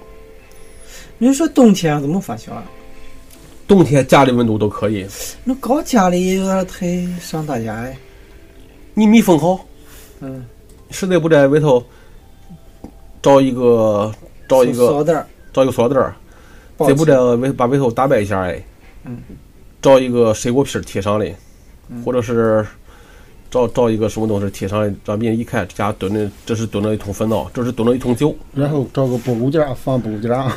你说冬天怎么发酵啊？
冬天家里温度都可以，
那搞家里有点太伤大家哎，
你密封好，
嗯，
实在不在外头找一个找一
塑料
个
袋儿，
找一个塑料袋儿，
包
再不
起
在外把外头打扮一下哎，
嗯，
找一个水果皮儿贴上来，或者是找找一个什么东西贴上来，让别人一看，这家蹲着这是蹲着一桶粪闹，这是蹲着一桶酒，
然后找个博物架放博物啊架，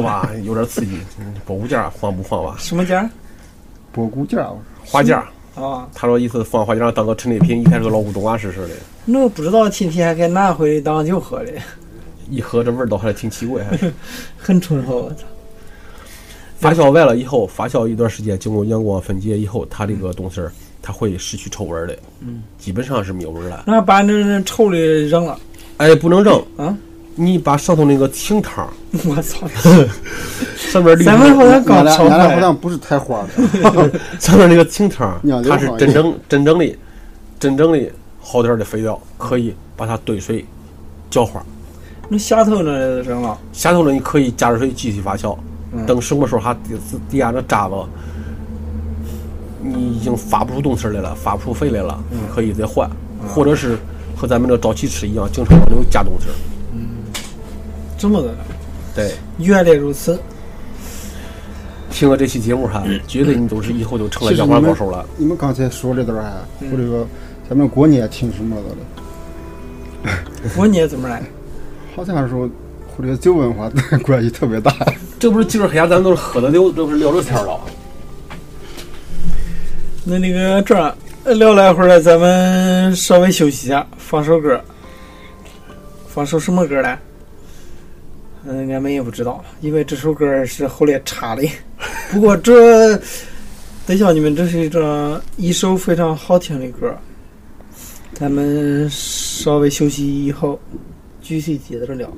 吧有点刺激，嗯不物价放不放吧？
什么家？
博物架，
花架，
啊，
他说意思放花架当个陈列品，一看是个老古董啊似的，
那不知道今天还拿回 来当酒喝嘞，
一喝这味儿道还挺奇怪，还
很醇厚，我操！
发酵外了以后，发酵一段时间，经过阳光分解以后，它这个东西儿它会失去臭味儿的，
嗯，
基本上是没有味儿了。
那把那那臭的扔了，
哎，不能扔
啊！
你把上头那个清汤儿
我操！
上面绿
咱们
的，
好像搞
俺俩
潮
俺俩
牌
好，像不是太花 的，
上面那个清汤儿
鸟，流
它是
好一
真
点
正真正的真正的好点儿的肥料，可以把它兑水浇花。
那下头那的扔了，
下头呢，你可以加热水继续发酵，
嗯
等什么时候它底底下那渣子，你已经发不出东西来了，发不出肥来了，你可以再换，或者是和咱们这早期吃一样，经常往里头加东西儿。
这么个的，
对，
原来如此。
听了这期节目哈，觉得你都是以后就成了
其实
养
你
花高
们
手了。
你们刚才说这段儿啊，
嗯
我这个咱们国内听什么的了？
我捏怎么来？
好像是说和这个酒文化 关系特别大。
这不是今儿黑下咱们都是喝的聊，都是聊这天儿了。
那那个这样聊了一会儿，咱们稍微休息一下，放首歌。放首什么歌呢？嗯，俺们也不知道，因为这首歌是后来插的。不过这，得叫你们，这是一张一首非常好听的歌。咱们稍微休息以后，继续接着聊。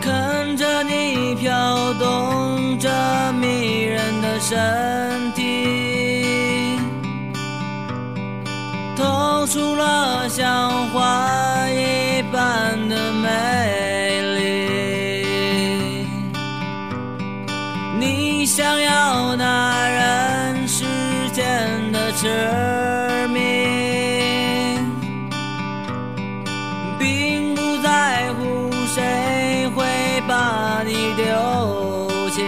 看着你飘动着迷人的身体，透出了像花一般的美丽。你想要那人世间的痴迷。并不在乎谁会把你丢弃。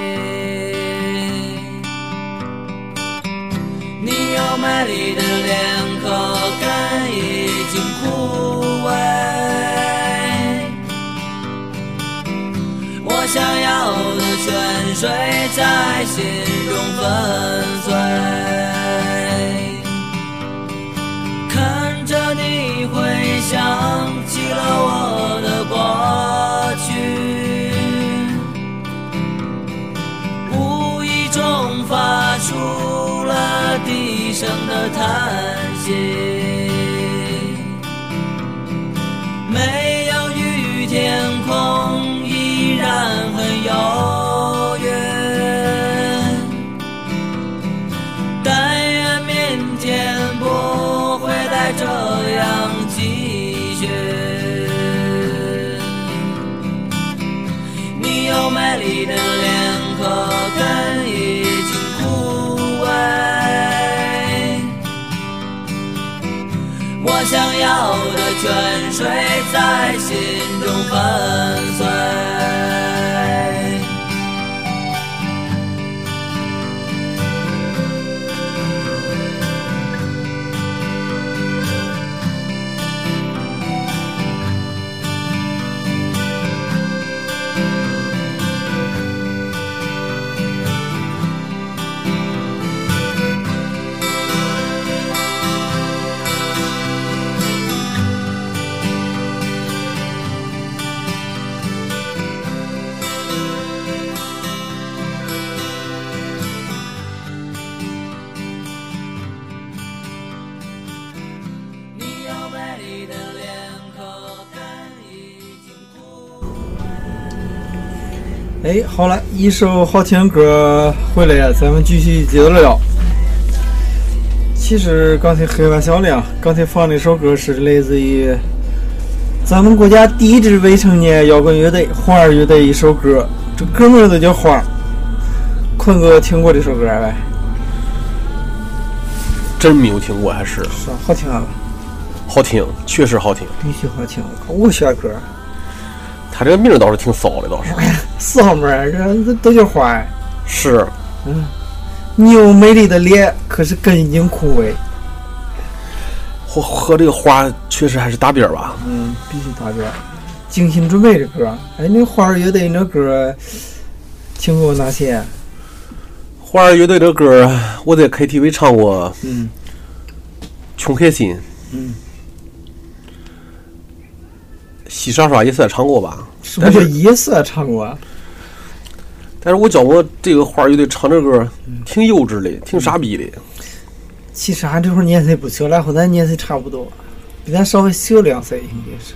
你有美丽的脸，可根已经枯萎。我想要的泉水在心中粉碎。看着你，回想起了我的过去，无意中发出了低声的叹息。没有雨，天空依然很遥远。但愿明天不会再这样继续。你有美丽的脸，可根已经枯萎。我想要的泉水在心中粉碎。你有美丽的脸，可根已经枯萎。
哎，好了，一首好听歌回来，咱们继续接着聊。其实刚才开玩笑的啊，刚才放那首歌是来自于咱们国家第一支未成年摇滚乐队花儿乐队一首歌，这歌名都叫花儿。坤哥听过这首歌呗？
真没有听过，还是
是啊，好听啊，
好听，确实好听。
必须好听！我靠我学歌，
它这个名儿倒是挺骚的，倒是
嗓门儿这这都叫花儿。
是。
哎你有美丽的脸，可是根已经枯萎。
和和这个花确实还是打底儿吧。
嗯，必须打歌，精心准备这歌。哎，那花儿乐队那歌听过哪些？
花儿乐队这歌，我在 KTV 唱过《
嗯
穷开心》，
嗯，
洗刷刷也算唱过吧。
什么叫夜色唱过啊？
但是我觉得这个花儿乐队唱这歌
嗯
挺幼稚的，挺傻逼的。
其实俺这会儿年岁不小了，和咱年岁差不多，比咱稍微小两岁，应该是。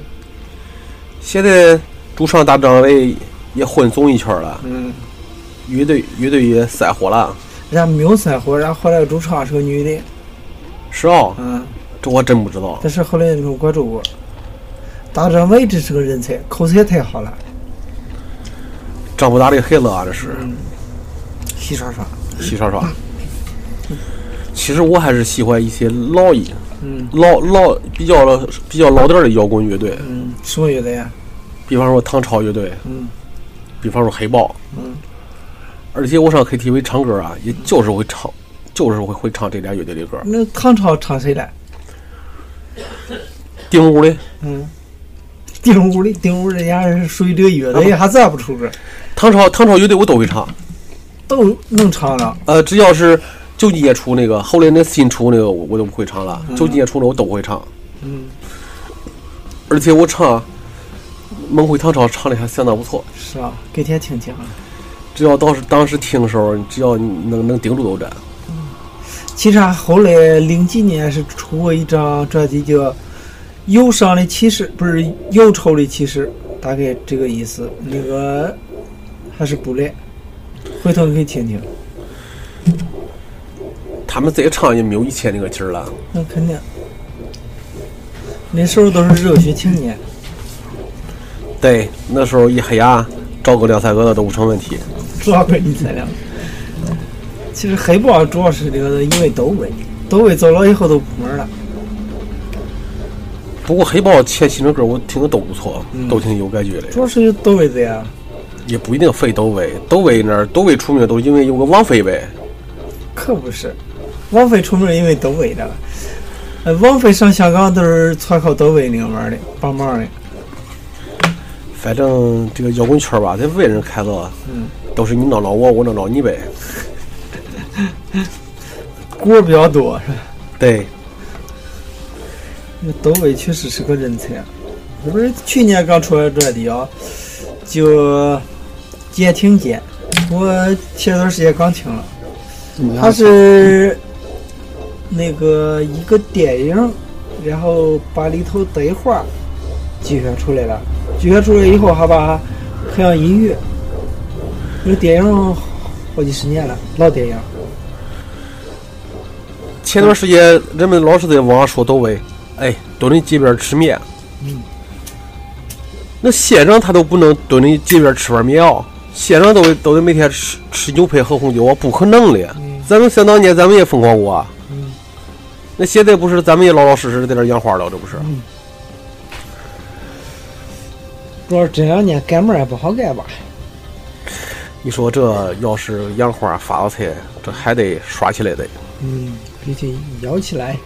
现在主唱大张伟也混综艺圈了，
嗯，
乐队乐队也散伙了，
人家没有散伙，然后后来主唱是个女的，
是啊，
嗯，
这我真不知道。
但是后来没有关注过。大张伟这是个人才，口才太好了，
长不大的孩子啊，这是
嗯稀刷刷。
洗刷刷。其实我还是喜欢一些老一
嗯
老老比较老比较老点儿的摇滚乐队，
嗯，什么乐队啊？
比方说唐朝乐队，
嗯
比方说黑豹，
嗯，
而且我上 KTV 唱歌啊，也就是会唱，
嗯
就是会会唱这俩乐队的歌，
那唐朝唱谁来？
丁屋的，
嗯，丁屋里，丁屋人家是属于这个乐队，还咋不出歌？
唐朝唐朝乐队我都会唱，
都能唱了。
呃，只要是九几年出那个，后来那新出那个我我都不会唱了，九几年出的我都会唱，
嗯，
而且我唱《梦回唐朝》唱的还相当不错，
是啊，改天听听啊。
只要当时当时听的时候，只要你能能顶住都站。
其实啊，后来零几年是出过一张专辑叫《忧伤的骑士》，不是忧愁的骑士，大概这个意思。那个还是不赖，回头你可以听听。
他们再唱也没有以前那个劲儿了。
那肯定，那时候都是热血青年。
对，那时候一黑呀，找个两三个的都不成问题。
抓鬼你才了。其实黑豹主要是这个因为窦唯，窦唯走了以后都不门了。
不过黑豹前期的歌我听的都不错，都挺有感觉的。
主要是窦唯这样，
也不一定非窦唯，窦唯那儿窦唯出名都是因为有个王菲呗。
可不是。王菲出名因为窦唯的，呃，王菲上香港都是全靠窦唯那个玩儿的帮忙的。
反正这个摇滚圈吧，在外人看到，
嗯，
都是你闹闹我，我闹闹你呗。
锅儿比较多是吧？
对，
那窦唯确实是个人才，这不是去年刚出来专辑啊，就监听监，我前段时间刚听了。
怎么样？
他是那个一个电影，然后把里头对话计算出来了，计算出来以后还把还有音乐，那个电影好几十年了，老电影。
前段时间人们老是在网上说窦唯，哎，蹲你街边吃面。那县长他都不能蹲你街边吃碗面啊，县长都得都得每天吃吃牛排喝红酒啊，不可能的。咱们想当年咱们也疯狂过啊。那现在不是咱们也老老实实地在这养花了，这不是？
主要是这两年干么也不好干吧？
你说这要是养花发了财，这还得耍起来得，
嗯，毕竟摇起来，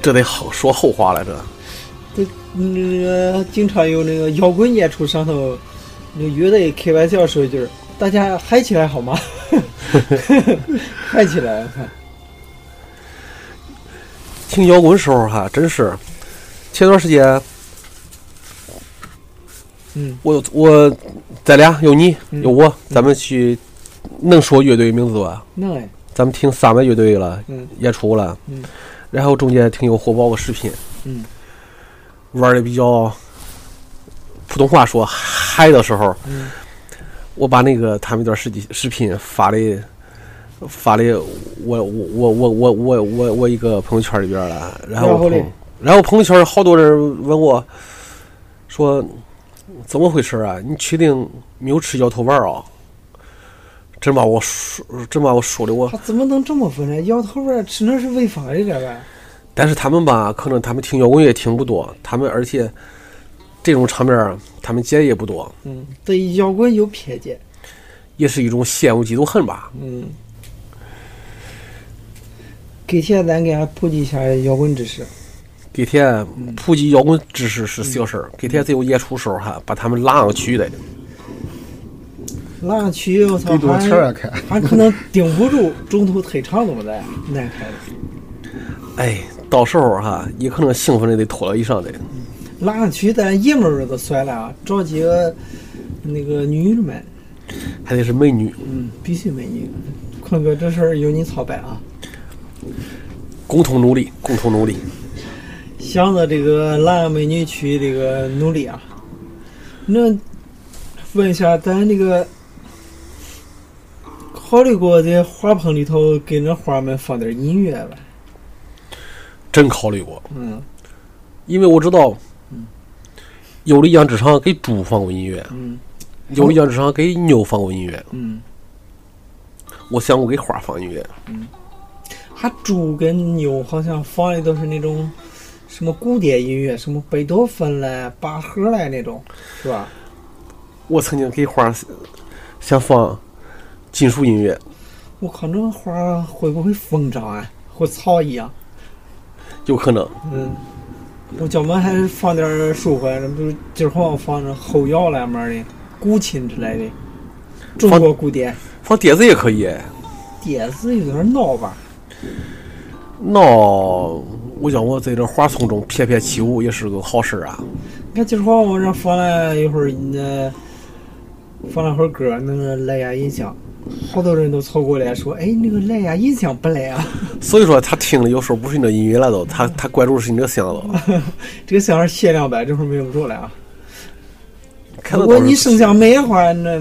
这得好说后话了这。
这那个经常有那个摇滚演出上头，那个乐队开玩笑说一句儿：“大家嗨起来好吗？” 嗨起来！我看
听摇滚时候哈，真是前段时间，
嗯，
我我咱俩有你
嗯
有我，咱们去能说乐队名字吧？
那哎，
咱们听三位乐队了，
嗯
演出了，
嗯
然后中间听有火爆个视频，
嗯，
玩的比较普通话说嗨的时候，
嗯
我把那个他们一段视频视频发的发的我我我我我我我我一个朋友圈里边了，然后
然后
我朋
嘞
然后朋友圈好多人问我说怎么回事啊？你确定没有吃摇头丸啊？真把我说，真把我说的我
他怎么能这么分呢？摇头丸吃那是违法的了呗？
但是他们吧，可能他们听摇滚乐听不多，他们而且这种场面儿他们见也不多，
嗯，对摇滚有偏见。
也是一种羡慕嫉妒恨吧。
嗯，给天咱给大家普及一下摇滚知识。
给天普及摇滚知识是小事儿，给天只有演出时候哈，把他们拉上去的。
那曲我操，
给多少
还
钱儿啊？看，
还可能顶不住，中途退场怎么办？难开的。
哎，到时候哈，也可能兴奋的得脱了衣裳的。
拉上去，咱爷们儿都算了啊，找几个那个女的们，
还得是美女。
嗯，必须美女。坤哥，这事儿由你操办啊。
共同努力，共同努力。
想着这个拉美女去这个努力啊。那问一下，咱这个考虑过在花棚里头给那花们放点音乐吧？
真考虑过，
嗯
因为我知道，有的养殖场给猪放过音乐，
嗯
有的养殖场给牛放过音乐。
嗯，
我想过给花放音乐，
它猪跟牛好像放的都是那种什么古典音乐，什么贝多芬嘞、巴赫嘞那种，是吧？
我曾经给花想放金属音乐，
我靠，那花会不会疯长啊？会草一样？
有可能。
嗯，我专门还放点儿舒缓，那不是今儿好像放着后摇来面的、古琴之类的，中国古典
放碟子也可以。
碟子有点闹吧？
那我想我在这花丛中翩翩起舞也是个好事啊。
你看今儿好像我这放了一会儿那放了会儿歌，那个蓝牙音响，好多人都凑过来说：“哎，那个蓝牙音响不来啊，
所以说他听的有时候不是你的音乐了都，他他关注的是你的箱子。
这个响儿限量版，这会儿没有出来啊。”
看
如
到
果
都是
你剩下没的话，那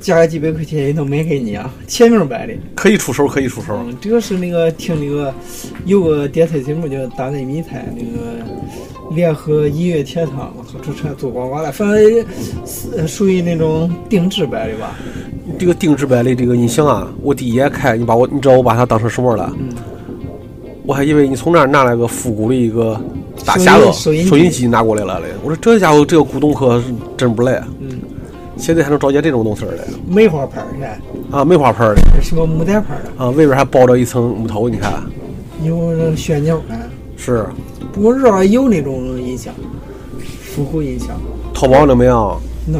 加几百块钱也能买给你啊，签名版的。
可以出手，可以出手。
嗯，这个是那个听那个有个电台节目叫《大内密探》，那个呃联合音乐天堂，我操，这全做广告了，反正是属于那种定制版的吧。
这个定制版的这个音响啊，我第一眼看，你把我，你知道我把它当成什么了？
嗯
我还以为你从那儿拿来个复古的一个大匣子
收音收音机
收音机拿过来了嘞。我说这家伙这个古董可是真不赖，啊
嗯，
现在还能找见这种东西儿来
梅花牌儿是吧？
啊！梅花牌儿的
还是什么牡丹牌儿的？
啊，外边还包着一层木头，你看
有那个旋钮啊，
是。
不过这儿有那种音响，复古音响，
淘宝怎么样？
那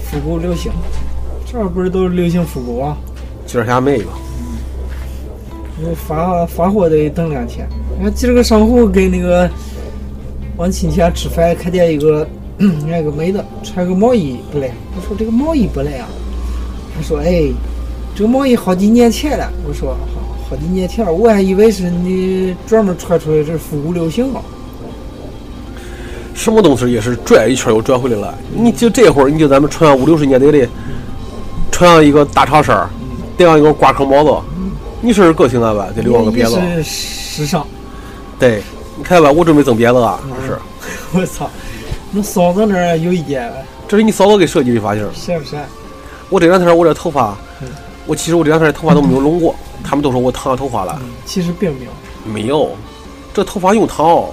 复古流行，这儿不是都是流行复古啊？
今儿下卖吧。
我发发货得等两天。俺今儿个上午跟那个往亲戚家吃饭，看见一个 那个妹子穿个毛衣不赖，我说这个毛衣不赖啊。她说哎，这个毛衣好几年前了。我说好好几年前了，我还以为是你专门穿出来这复古流行啊。
什么东西也是转一圈又转回来了。你就这会儿，你就咱们穿上五六十年代的，穿上一个大长衫儿，戴上一个瓜壳帽子，你试试个性了吧？得留上个
也
辫子。啊
是时尚。
对，你看吧，我准备整辫子啊，
嗯
这是，
我操，那嫂子那儿有意见呗？
这是你嫂子给设计的发型。
是不是？
我这两天我这头发
嗯，
我其实我这两天头发都没有拢过，他们都说我烫了头发了，
其实并没有，
没有，这头发用烫，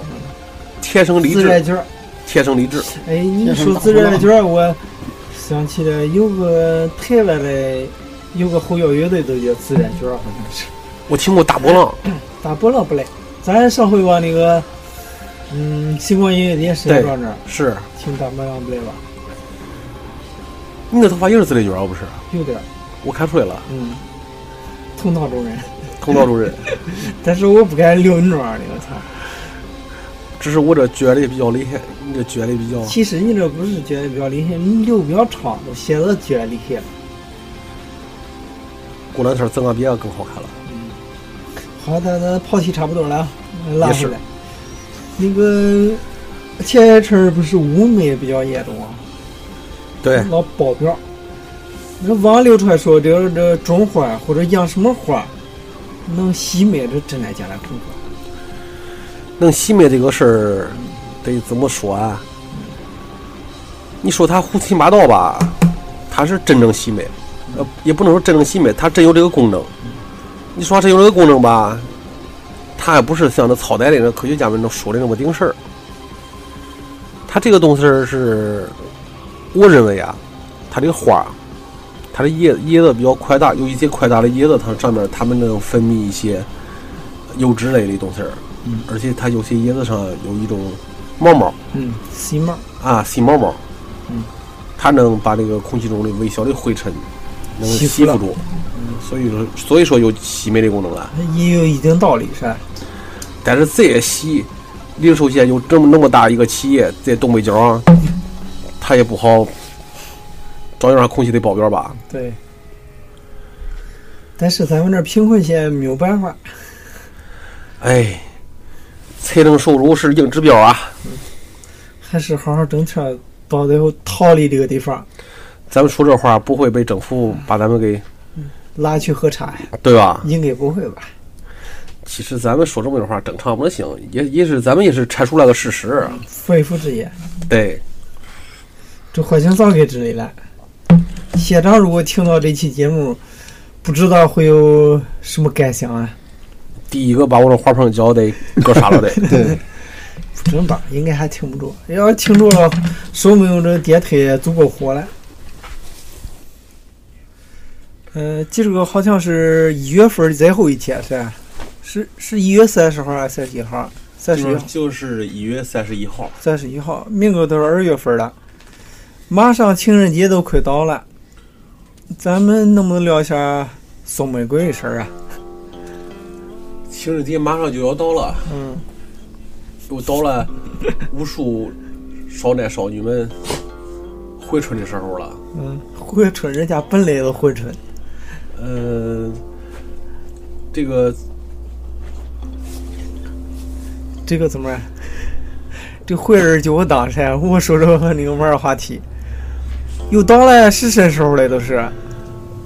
天生丽
自然
质，
卷儿。
天生丽质。
哎，你说自然卷，我想起来有个台湾的，有个后摇乐队都叫自然卷，好像是。
我听过大波浪，
大波浪不赖，咱上回往那个，嗯，星光音乐节石家庄那儿
是
听大波浪不赖吧？
你的头发也是自来卷儿不是？
有点儿，
我看出来了，
嗯，同道中人。
通道主任。
但是我不敢留你那玩意儿，我操！
只是我这撅的比较厉害，你这撅的比较
其实你这不是觉得比较厉害，你留比较长，我显得觉得厉害了。
过两天整个别的更好看了。
好，咱咱跑题差不多了啊，拉
也
回
是
来。那个前一阵儿不是雾霾比较严重啊，
对，
老爆表。那网流传说这这种花或者养什么花能吸霾，这真的假的？坤哥，
能熄灭这个事儿，得怎么说啊？你说他胡七八道吧，他是真正熄灭，呃，也不能说真正熄灭，他真有这个功能。你说他真有这个功能吧，他还不是像那草袋里那科学家们能说的那么顶事儿。他这个东西儿是，我认为啊，他这个花儿它的叶叶子比较快大，有一些快大的叶子，它上面它们能分泌一些油脂类的东西儿，
嗯
而且它有些叶子上有一种毛毛
嗯，细帽，
啊，细毛毛，
嗯，
它能把这个空气中的微小的灰尘能
吸
吸
附
附
了
住，所以说所以说有吸酶的功能啊，
也有一定道理噻。
但是这些吸，零售县有这么那么大一个企业在东北角啊，它也不好照样让空气的保镖吧？
对，但是咱们这儿贫困县没有办法，
哎，财政收入是硬指标啊。
还是好好挣钱，到最后逃离这个地方，
咱们说这话不会被政府把咱们给
拉去喝茶呀？
对吧？
应该不会吧？
其实咱们说这么点话，正常不能行，也也是咱们也是阐述了个事实。啊
肺腑之言，
对，
这火星早给之类了。县长如果听到这期节目，不知道会有什么感想啊？
第一个把我的花盆浇得搁 啥了得。
对，
真棒，应该还听不住。要是听住了，说不定这电台足够火了。呃，记住个好像是一月份最后一天是吧？是是一月三十号还是三十一号？三十一号，
就是一月三十一号，
三十一号。明个都是二月份了，马上情人节都快到了，咱们能不能聊一下送玫瑰的事儿啊？
情人节马上就要到了，
嗯，
又到了无数少男少女们回春的时候了。
嗯，回春人家本来就回春，
嗯，这个
这个怎么办？这会儿就我当噻，我说说那个玩儿话题，又到了是伸手了，都是。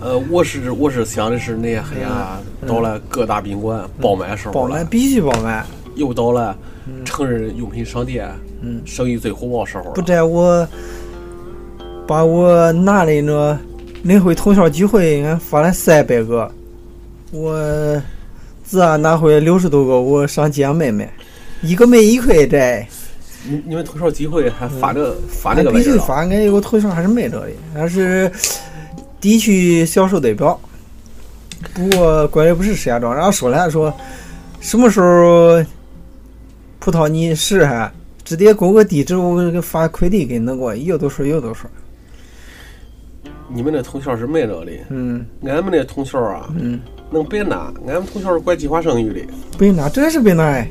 呃，我是我是想的是那呀，哎呀，
嗯
到了各大宾馆爆满时
保
候
嗯满
了，
必须保满，
又到了成人用品商店
嗯
生意最火爆时候
不
了。
然我把我拿的那那回同校聚会，俺发了三百个，我自俺拿回来六十多个，我上街上卖卖，一个卖一块这，
你你们同校聚会还发这发这
俺
个
嗯必
玩意
须
儿啊
发，
了？
俺有个同校还是卖这的，俺是地区销售代表。不过关键不是石家庄，然后说了说，什么时候葡萄你试哈，直接给我个地址，我给发快递给恁过，有多少有多少。
你们那同校是卖这的，
嗯
俺们那同校啊，
嗯，
能别拿，俺们同校是管计划生育的，
被拿真是被拿哎。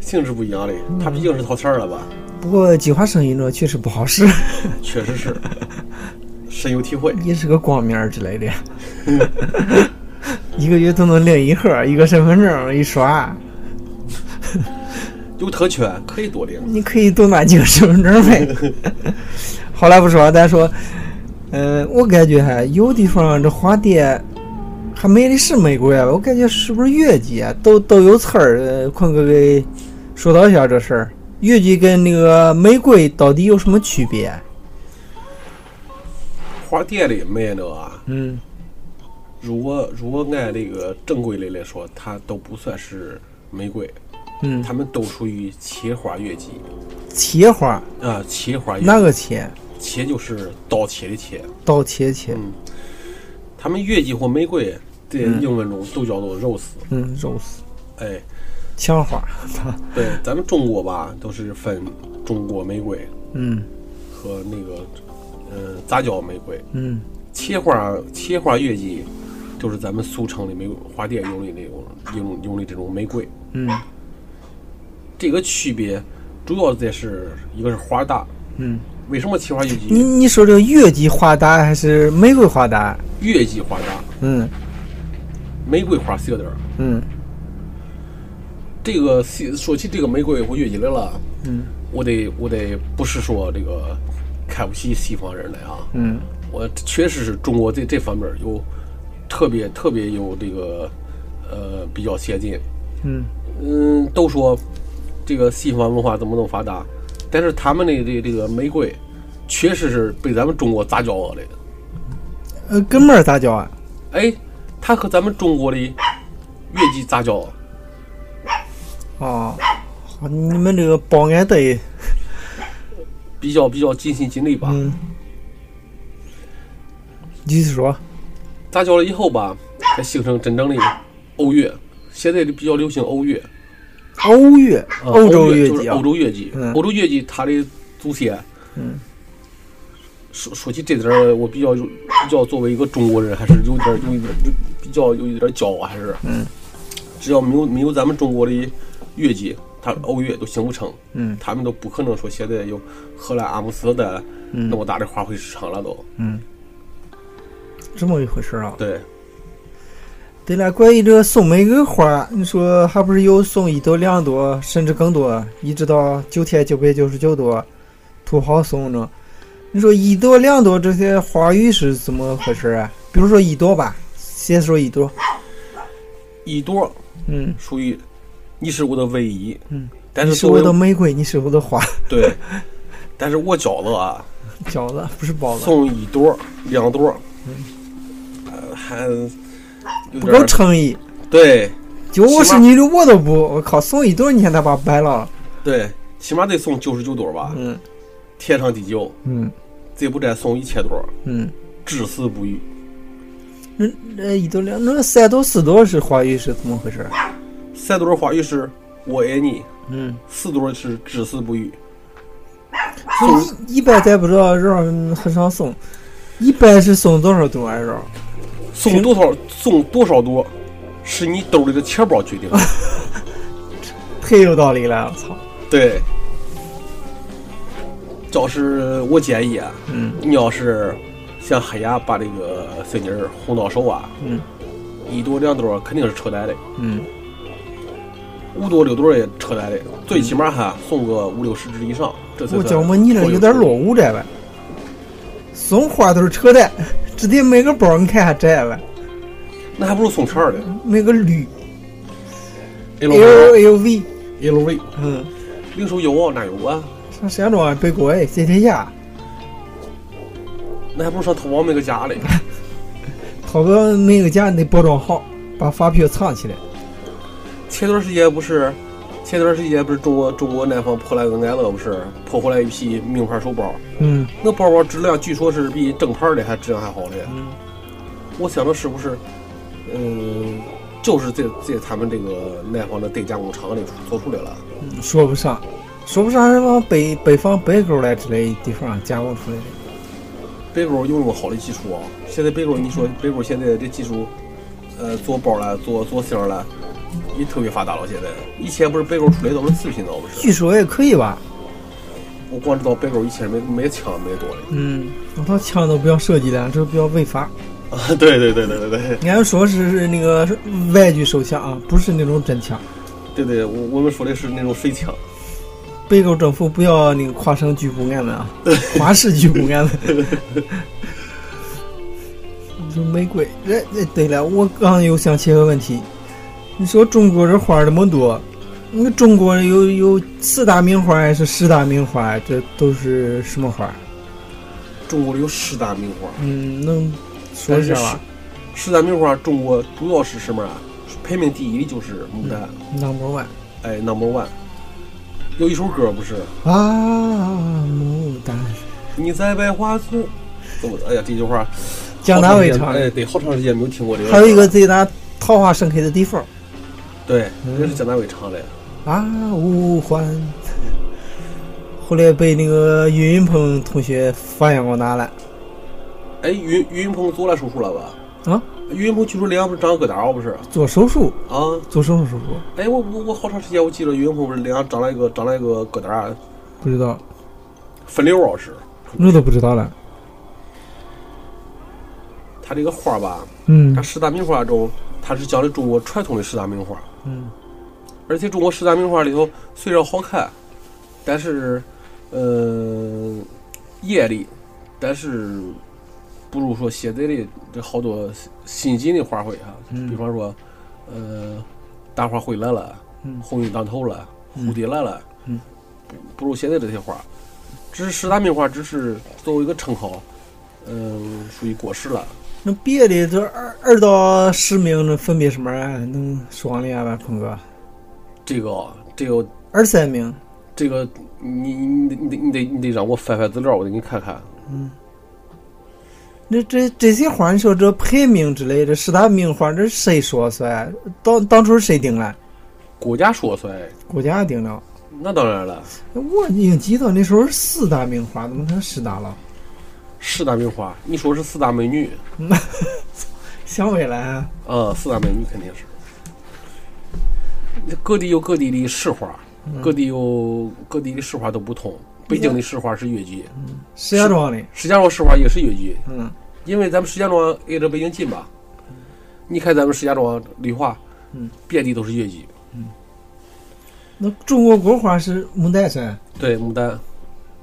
性质不一样的，
嗯
他毕竟是掏钱儿了吧？
不过计划生育呢确实不好使，
确实是，深有体会。
也是个光面儿之类的， 一个月都能领一盒，一个身份证一刷，
有特权可以多领。
你可以多拿几个身份证呗。 后来不说，咱说，嗯，我感觉哈，有地方这花店还没的是玫瑰啊，我感觉是不是越剧啊，都都有词儿。呃坤哥给说到一下这事儿，越剧跟那个玫瑰到底有什么区别？
花店里卖的啊，
嗯
如果如果按这个正规的来说，它都不算是玫瑰，
嗯，
它们都属于茄花月季
切花
啊。茄花月
哪个切？
茄就是刀茄的茄，
刀切切，
嗯，它们月季或玫瑰在英文中都叫做 rose，、
嗯，rose
哎，
枪花，
对，咱们中国吧都是分中国玫瑰
嗯
和那个呃杂交玫瑰，
嗯
切花切花月季就是咱们俗称的玫瑰花店用的那种用用的这种玫瑰。
嗯
这个区别主要在是一个是花大，
嗯。
为什么切花月
你
季
你说这个月季花旦还是玫瑰花旦？
月季花大，
嗯
玫瑰花小点儿？
嗯
这个细说起这个玫瑰或月季来了，
嗯
我得我得不是说这个看不起西方人来啊，
嗯
我确实是中国在这方面有特别特别有这个呃比较先进，
嗯
嗯，都说这个西方文化怎么能发达，但是他们的这这个玫瑰确实是被咱们中国杂交过来的。
呃，哥们儿咋叫啊？
哎，它和咱们中国的月季杂交，
哦，好你们这个保安队，
比较比较尽心尽力吧。
嗯，你继续说。
杂交了以后吧，才形成真正的欧乐。现在比较流行欧乐，
欧乐，
啊
欧洲
乐
乐
就是
姬啊
欧，洲乐姬
嗯，
欧洲乐姬它的祖先，
嗯，
说说起这点儿，我比较有比较作为一个中国人，还是有点儿有一点儿有比较有一点儿骄傲，还是
嗯，
只要没有没有咱们中国的乐姬，它欧乐都行不成，
嗯
他们都不可能说现在有荷兰阿姆斯特丹
嗯
那么大的花卉市场了都，
嗯，这么一回事啊。
对，
对了，关于这送玫瑰花，你说还不是有送一朵、两朵，甚至更多，一直到九千九百九十九朵，土豪送着。你说一朵、两朵这些花语是怎么回事啊？比如说一朵吧，先说一朵，
一朵
嗯，
属于你是我的唯一，
嗯，
但
你
是
是
作
我
为
的玫瑰，你是我的花，
对，但是我饺子啊，
饺子不是包子，
送一朵儿两朵儿，呃，还有
嗯不
点
够
儿
诚意。
对
九十你的我都不，我靠，送一朵你还他妈白了，
对，起码得送九十九朵儿吧，
嗯
天长地久，
嗯
再不再送一千朵儿，
嗯，
至死不渝。
那那一朵两，那三朵四朵是花语是怎么回事？啊
三朵儿花语是我爱你，
嗯。
四朵儿是至死不渝。
就一一般咱不知道绕嗯很少送，一般是送多少多少绕？
送多少送多少朵，是你兜里的钱包决定的。
太有道理了，我操！
对，要是我建议啊，
嗯
你要是想黑呀把这个孙女儿哄到手啊，
嗯
一朵两朵肯定是扯淡的，
嗯
五朵六朵也扯淡的，最起码还送个五六十只以上。这才
我
算
觉么你这有点落伍这呗，送花都是扯淡，直接买个包你看还摘呗，
那还不如送钱儿的。
买个绿 L 嗯
LV
L V，
LV
嗯，
零售有啊，哪有啊？
上山庄背锅哎，接天下，
那还不如上淘宝买个 假的。
淘宝每个家你得包装好，把发票藏起来。
前段时间不是，前段时间不是中国中国南方破烂个安乐不是破回来一批名牌手包，
嗯，
那包包质量据说是比正牌的还质量还好嘞。
嗯
我想着是不是，嗯，就是这这他们这个南方的代加工厂里做出来了。
说不上，说不上是往北北方北沟来之类的地方加工出来的。
北沟有那么好的技术啊？现在北沟，你说北沟现在这技术，呃，做包了，做做箱了，也特别发达了。现在以前不是北沟出来都是次品的，不是？
据说也可以吧？
我光知道北沟以前没没枪没多的。
嗯，我操，枪都不要设计了，这不要违 法。
啊，对对对对对对
俺说是是那个外举手枪啊，不是那种真枪。
对对，我我们说的是那种水枪。
北沟政府不要那个跨省拘捕俺 们啊，跨市拘捕 俺们。你说玫瑰，哎哎，对了，我刚又想起个问题，你说中国这花儿那么多，那中国有有四大名花还是十大名花？这都是什么花？
中国有十大名花，
嗯，能说
但
一下
是十
吧？
十大名花，中国主要是什么啊？排名第一的就是牡丹，
？Number one。
哎，Number One。有一首歌不是
啊，牡丹，
你在百花村，怎么？哎呀，这句话
姜大卫唱
好长时间哎，
的。
对，好长时间没有听过这个。
还有一个，最大桃花盛开的地方
对，
嗯
这是蒋大为唱的。
啊，五环。 后来被那个岳云鹏同学发扬光大了。
哎，岳岳云鹏做了手术了吧？
啊，
岳云鹏据说脸上不是长个疙瘩儿哦不是？
做手术，
啊，
做什么手术？
哎，我我我好长时间我记得岳云鹏不是脸上长了一个长了一个疙瘩儿，啊
不知道，
分流啊是。
那都不知道了。
他这个花吧，
嗯
它十大名花中，它是讲的中国传统的十大名花。
嗯
而且中国十大名花里头，虽然好看，但是，呃，艳丽，但是不如说现在的这好多新进的花卉啊，
嗯
比方说，呃，大花灰兰了，
嗯
红缨当头了，蝴蝶兰了，
嗯
不不如现在这些花。只是十大名花只是作为一个称号，嗯、属于过时了。
那别的这二二到十名那分别什么啊？能说了呀吧，鹏哥？
这个啊这个
二三名，
这个，你你你得你得你得让我翻翻资料，我得给你看看。
嗯，那这这些花，你说这排名之类的，十大名花，这谁说算？当当初谁定了？
国家说算，
国家定了。
那当然了，
我已经记得那时候是四大名花，怎么成十大了？
四大名花，你说是四大美女，
想未来啊，
嗯，四大美女肯定是。各地有各地的市花，
嗯
各地有各地的市花都不同。北京的市花是越剧，
石家庄的，
石家庄市花也是越剧，
嗯，
因为咱们石家庄挨着北京近吧。你看咱们石家庄绿化，
嗯，
遍地都是越剧。
那中国国花是牡丹山，
对，牡丹，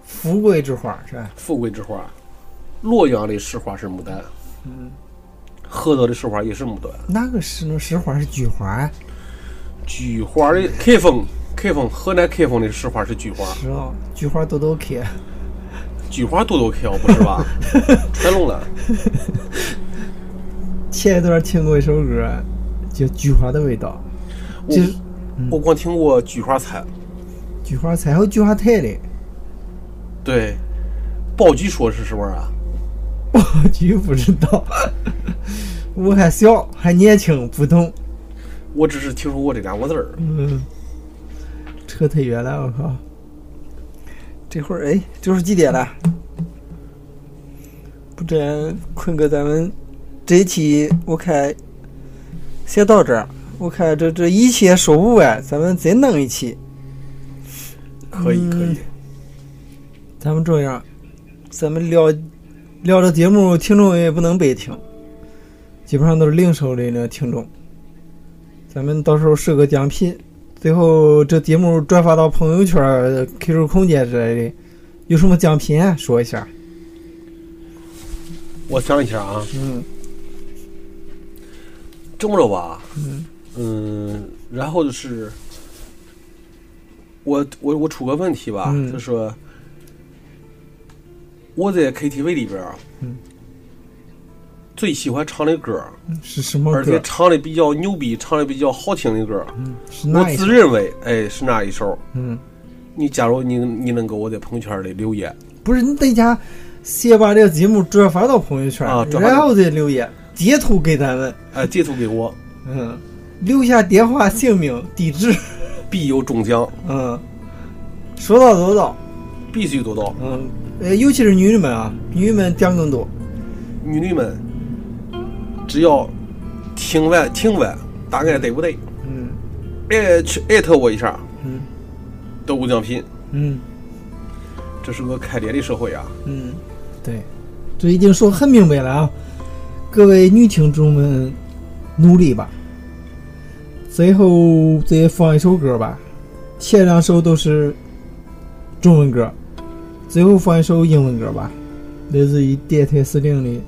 富贵之花是吧？
富贵之花，洛阳的市花是牡丹，
嗯，
菏泽的市花也是牡丹。
哪个是那石花是菊花？
菊花的开封，开封河南开封的市花是菊花，
知道，哦菊花朵朵开，
菊花朵朵开，哦不是 吧？传龙了，
前一段听过一首歌，叫《菊花的味道》，
我
就是
我光听过菊花餐，
菊花菜和菊花台的，
对，爆菊说是什么啊？
我 菊不知道， 我还小，还年轻，不懂。
我只是听说过这两个字儿。
嗯，扯太远了，我靠！这会儿哎，这会儿几点了？不然坤哥，咱们这一期我看先到这儿，我看这这一期也说不完，啊咱们再弄一期。
可以，
嗯
可以，
咱们这样，咱们聊聊这节目，听众也不能白听，基本上都是零售类的听众。咱们到时候设个奖品，最后这节目转发到朋友圈、呃 QQ 空间之类的，有什么奖品、啊、说一下。
我想一下啊，
嗯，
这么着吧，
嗯
嗯，然后就是我我我出个问题吧，
嗯
就说我在 KTV 里边儿，
嗯
最喜欢唱的歌儿，
是什么
而且
歌？
唱的比较牛逼，唱的比较好听的歌儿，
嗯，是
我
哪一
自
首？
认为哎是哪一首？
嗯，
你假如你你能给我在朋友圈里留言，
不是，你等一下先把这个节目转发到朋友圈，
啊转发
然后再留言截图给咱们，
哎，截图给我，
嗯，留下电话、姓名、地址。
必有中奖，
嗯，说到做到。
必须得到。
嗯，呃，尤其是女的们啊，女的们点更多。
女女们，只要听完听完，答案对不对？
嗯
艾去艾特我一下，
嗯
都无奖品。
嗯
这是个开脸的社会啊！
嗯，对，这已经说很明白了啊。各位女听众们，努力吧。最后再放一首歌吧，前两首都是中文歌，最后放一首英文歌吧，来自于电台司令的。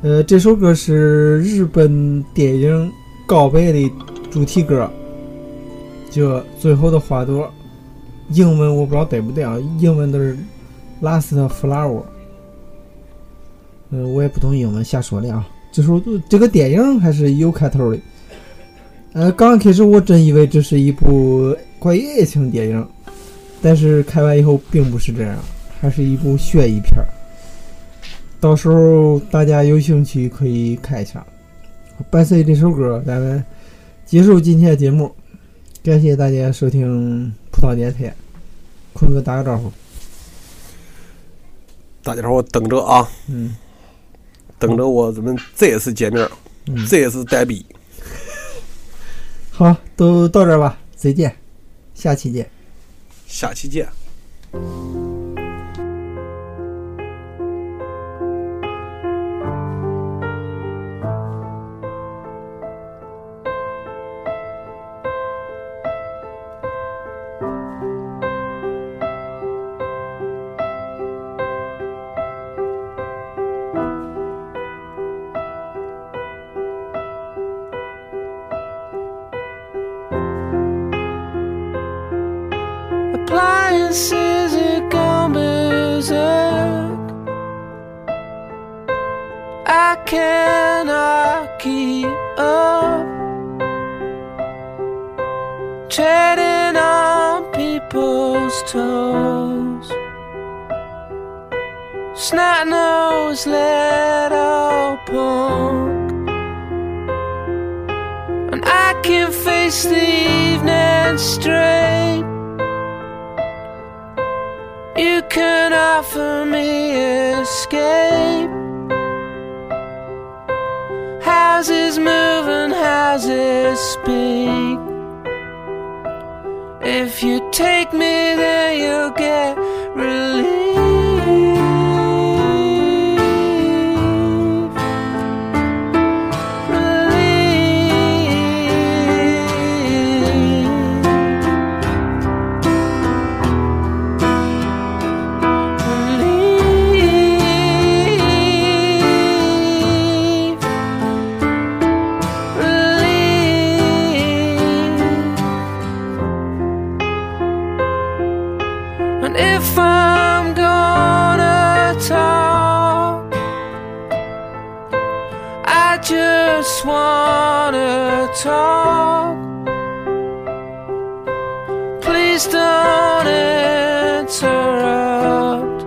呃，这首歌是日本电影《告白》的主题歌，叫《最后的花朵》。英文我不知道对不对啊，英文都是 Last Flower。嗯、我也不懂英文，瞎说的啊。这首这个电影还是有开头的。呃，刚开始我真以为这是一部关于爱情电影，但是看完以后并不是这样，还是一部悬疑片儿。到时候大家有兴趣可以看一下。伴随这首歌，咱们结束今天的节目。感谢大家收听葡萄电台，坤哥打个招呼。
大家伙等着啊，
嗯
等着我咱们再次见面，
嗯，
再次呆逼。
好，都到这儿吧，再见，下期见。
下期见。
Appliances are gone berserk. I cannot keep up. Treading on people's toes. snot-nosed little punk. And I can face the evening straight. You can offer me escape. Houses move and houses speak. If you take me there, you'll get relief. Relief. Relief. Relief. And if I'm gonna talk, I just wanna talk. Please don't interrupt.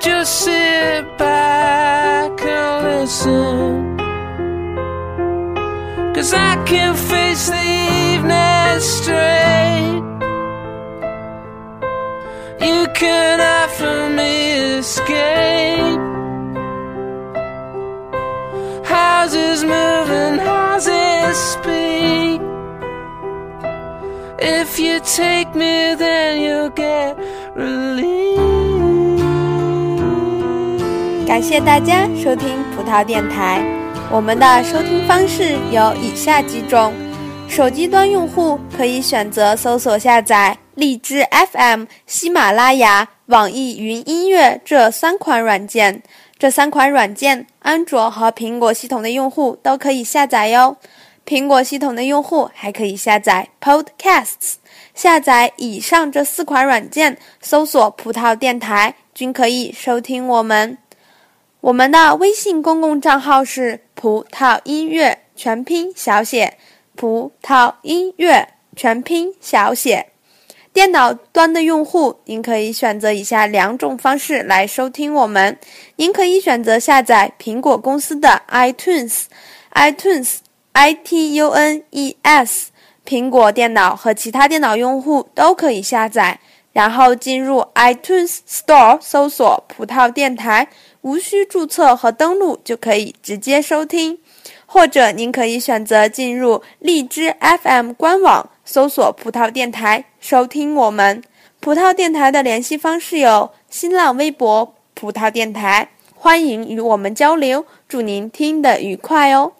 Just sit back and listen. Cause I can face the evening straight. You can offer me escape. Houses move and houses speak. If you take me, then you'll get relief.
感谢大家收听葡萄电台。我们的收听方式有以下几种：手机端用户可以选择搜索下载荔枝 FM、喜马拉雅、网易云音乐这三款软件。这三款软件，安卓和苹果系统的用户都可以下载哟。苹果系统的用户还可以下载 Podcasts。下载以上这四款软件，搜索“葡萄电台”，均可以收听我们。我们的微信公共账号是“葡萄音乐”，全拼小写“葡萄音乐”，全拼小写。电脑端的用户，您可以选择以下两种方式来收听我们：您可以选择下载苹果公司的 iTunes，iTunes i t u n e s，苹果电脑和其他电脑用户都可以下载。然后进入 iTunes Store 搜索“葡萄电台”，无需注册和登录就可以直接收听。或者您可以选择进入荔枝 FM 官网，搜索“葡萄电台”收听我们。葡萄电台的联系方式有新浪微博“葡萄电台”，欢迎与我们交流。祝您听得愉快哦！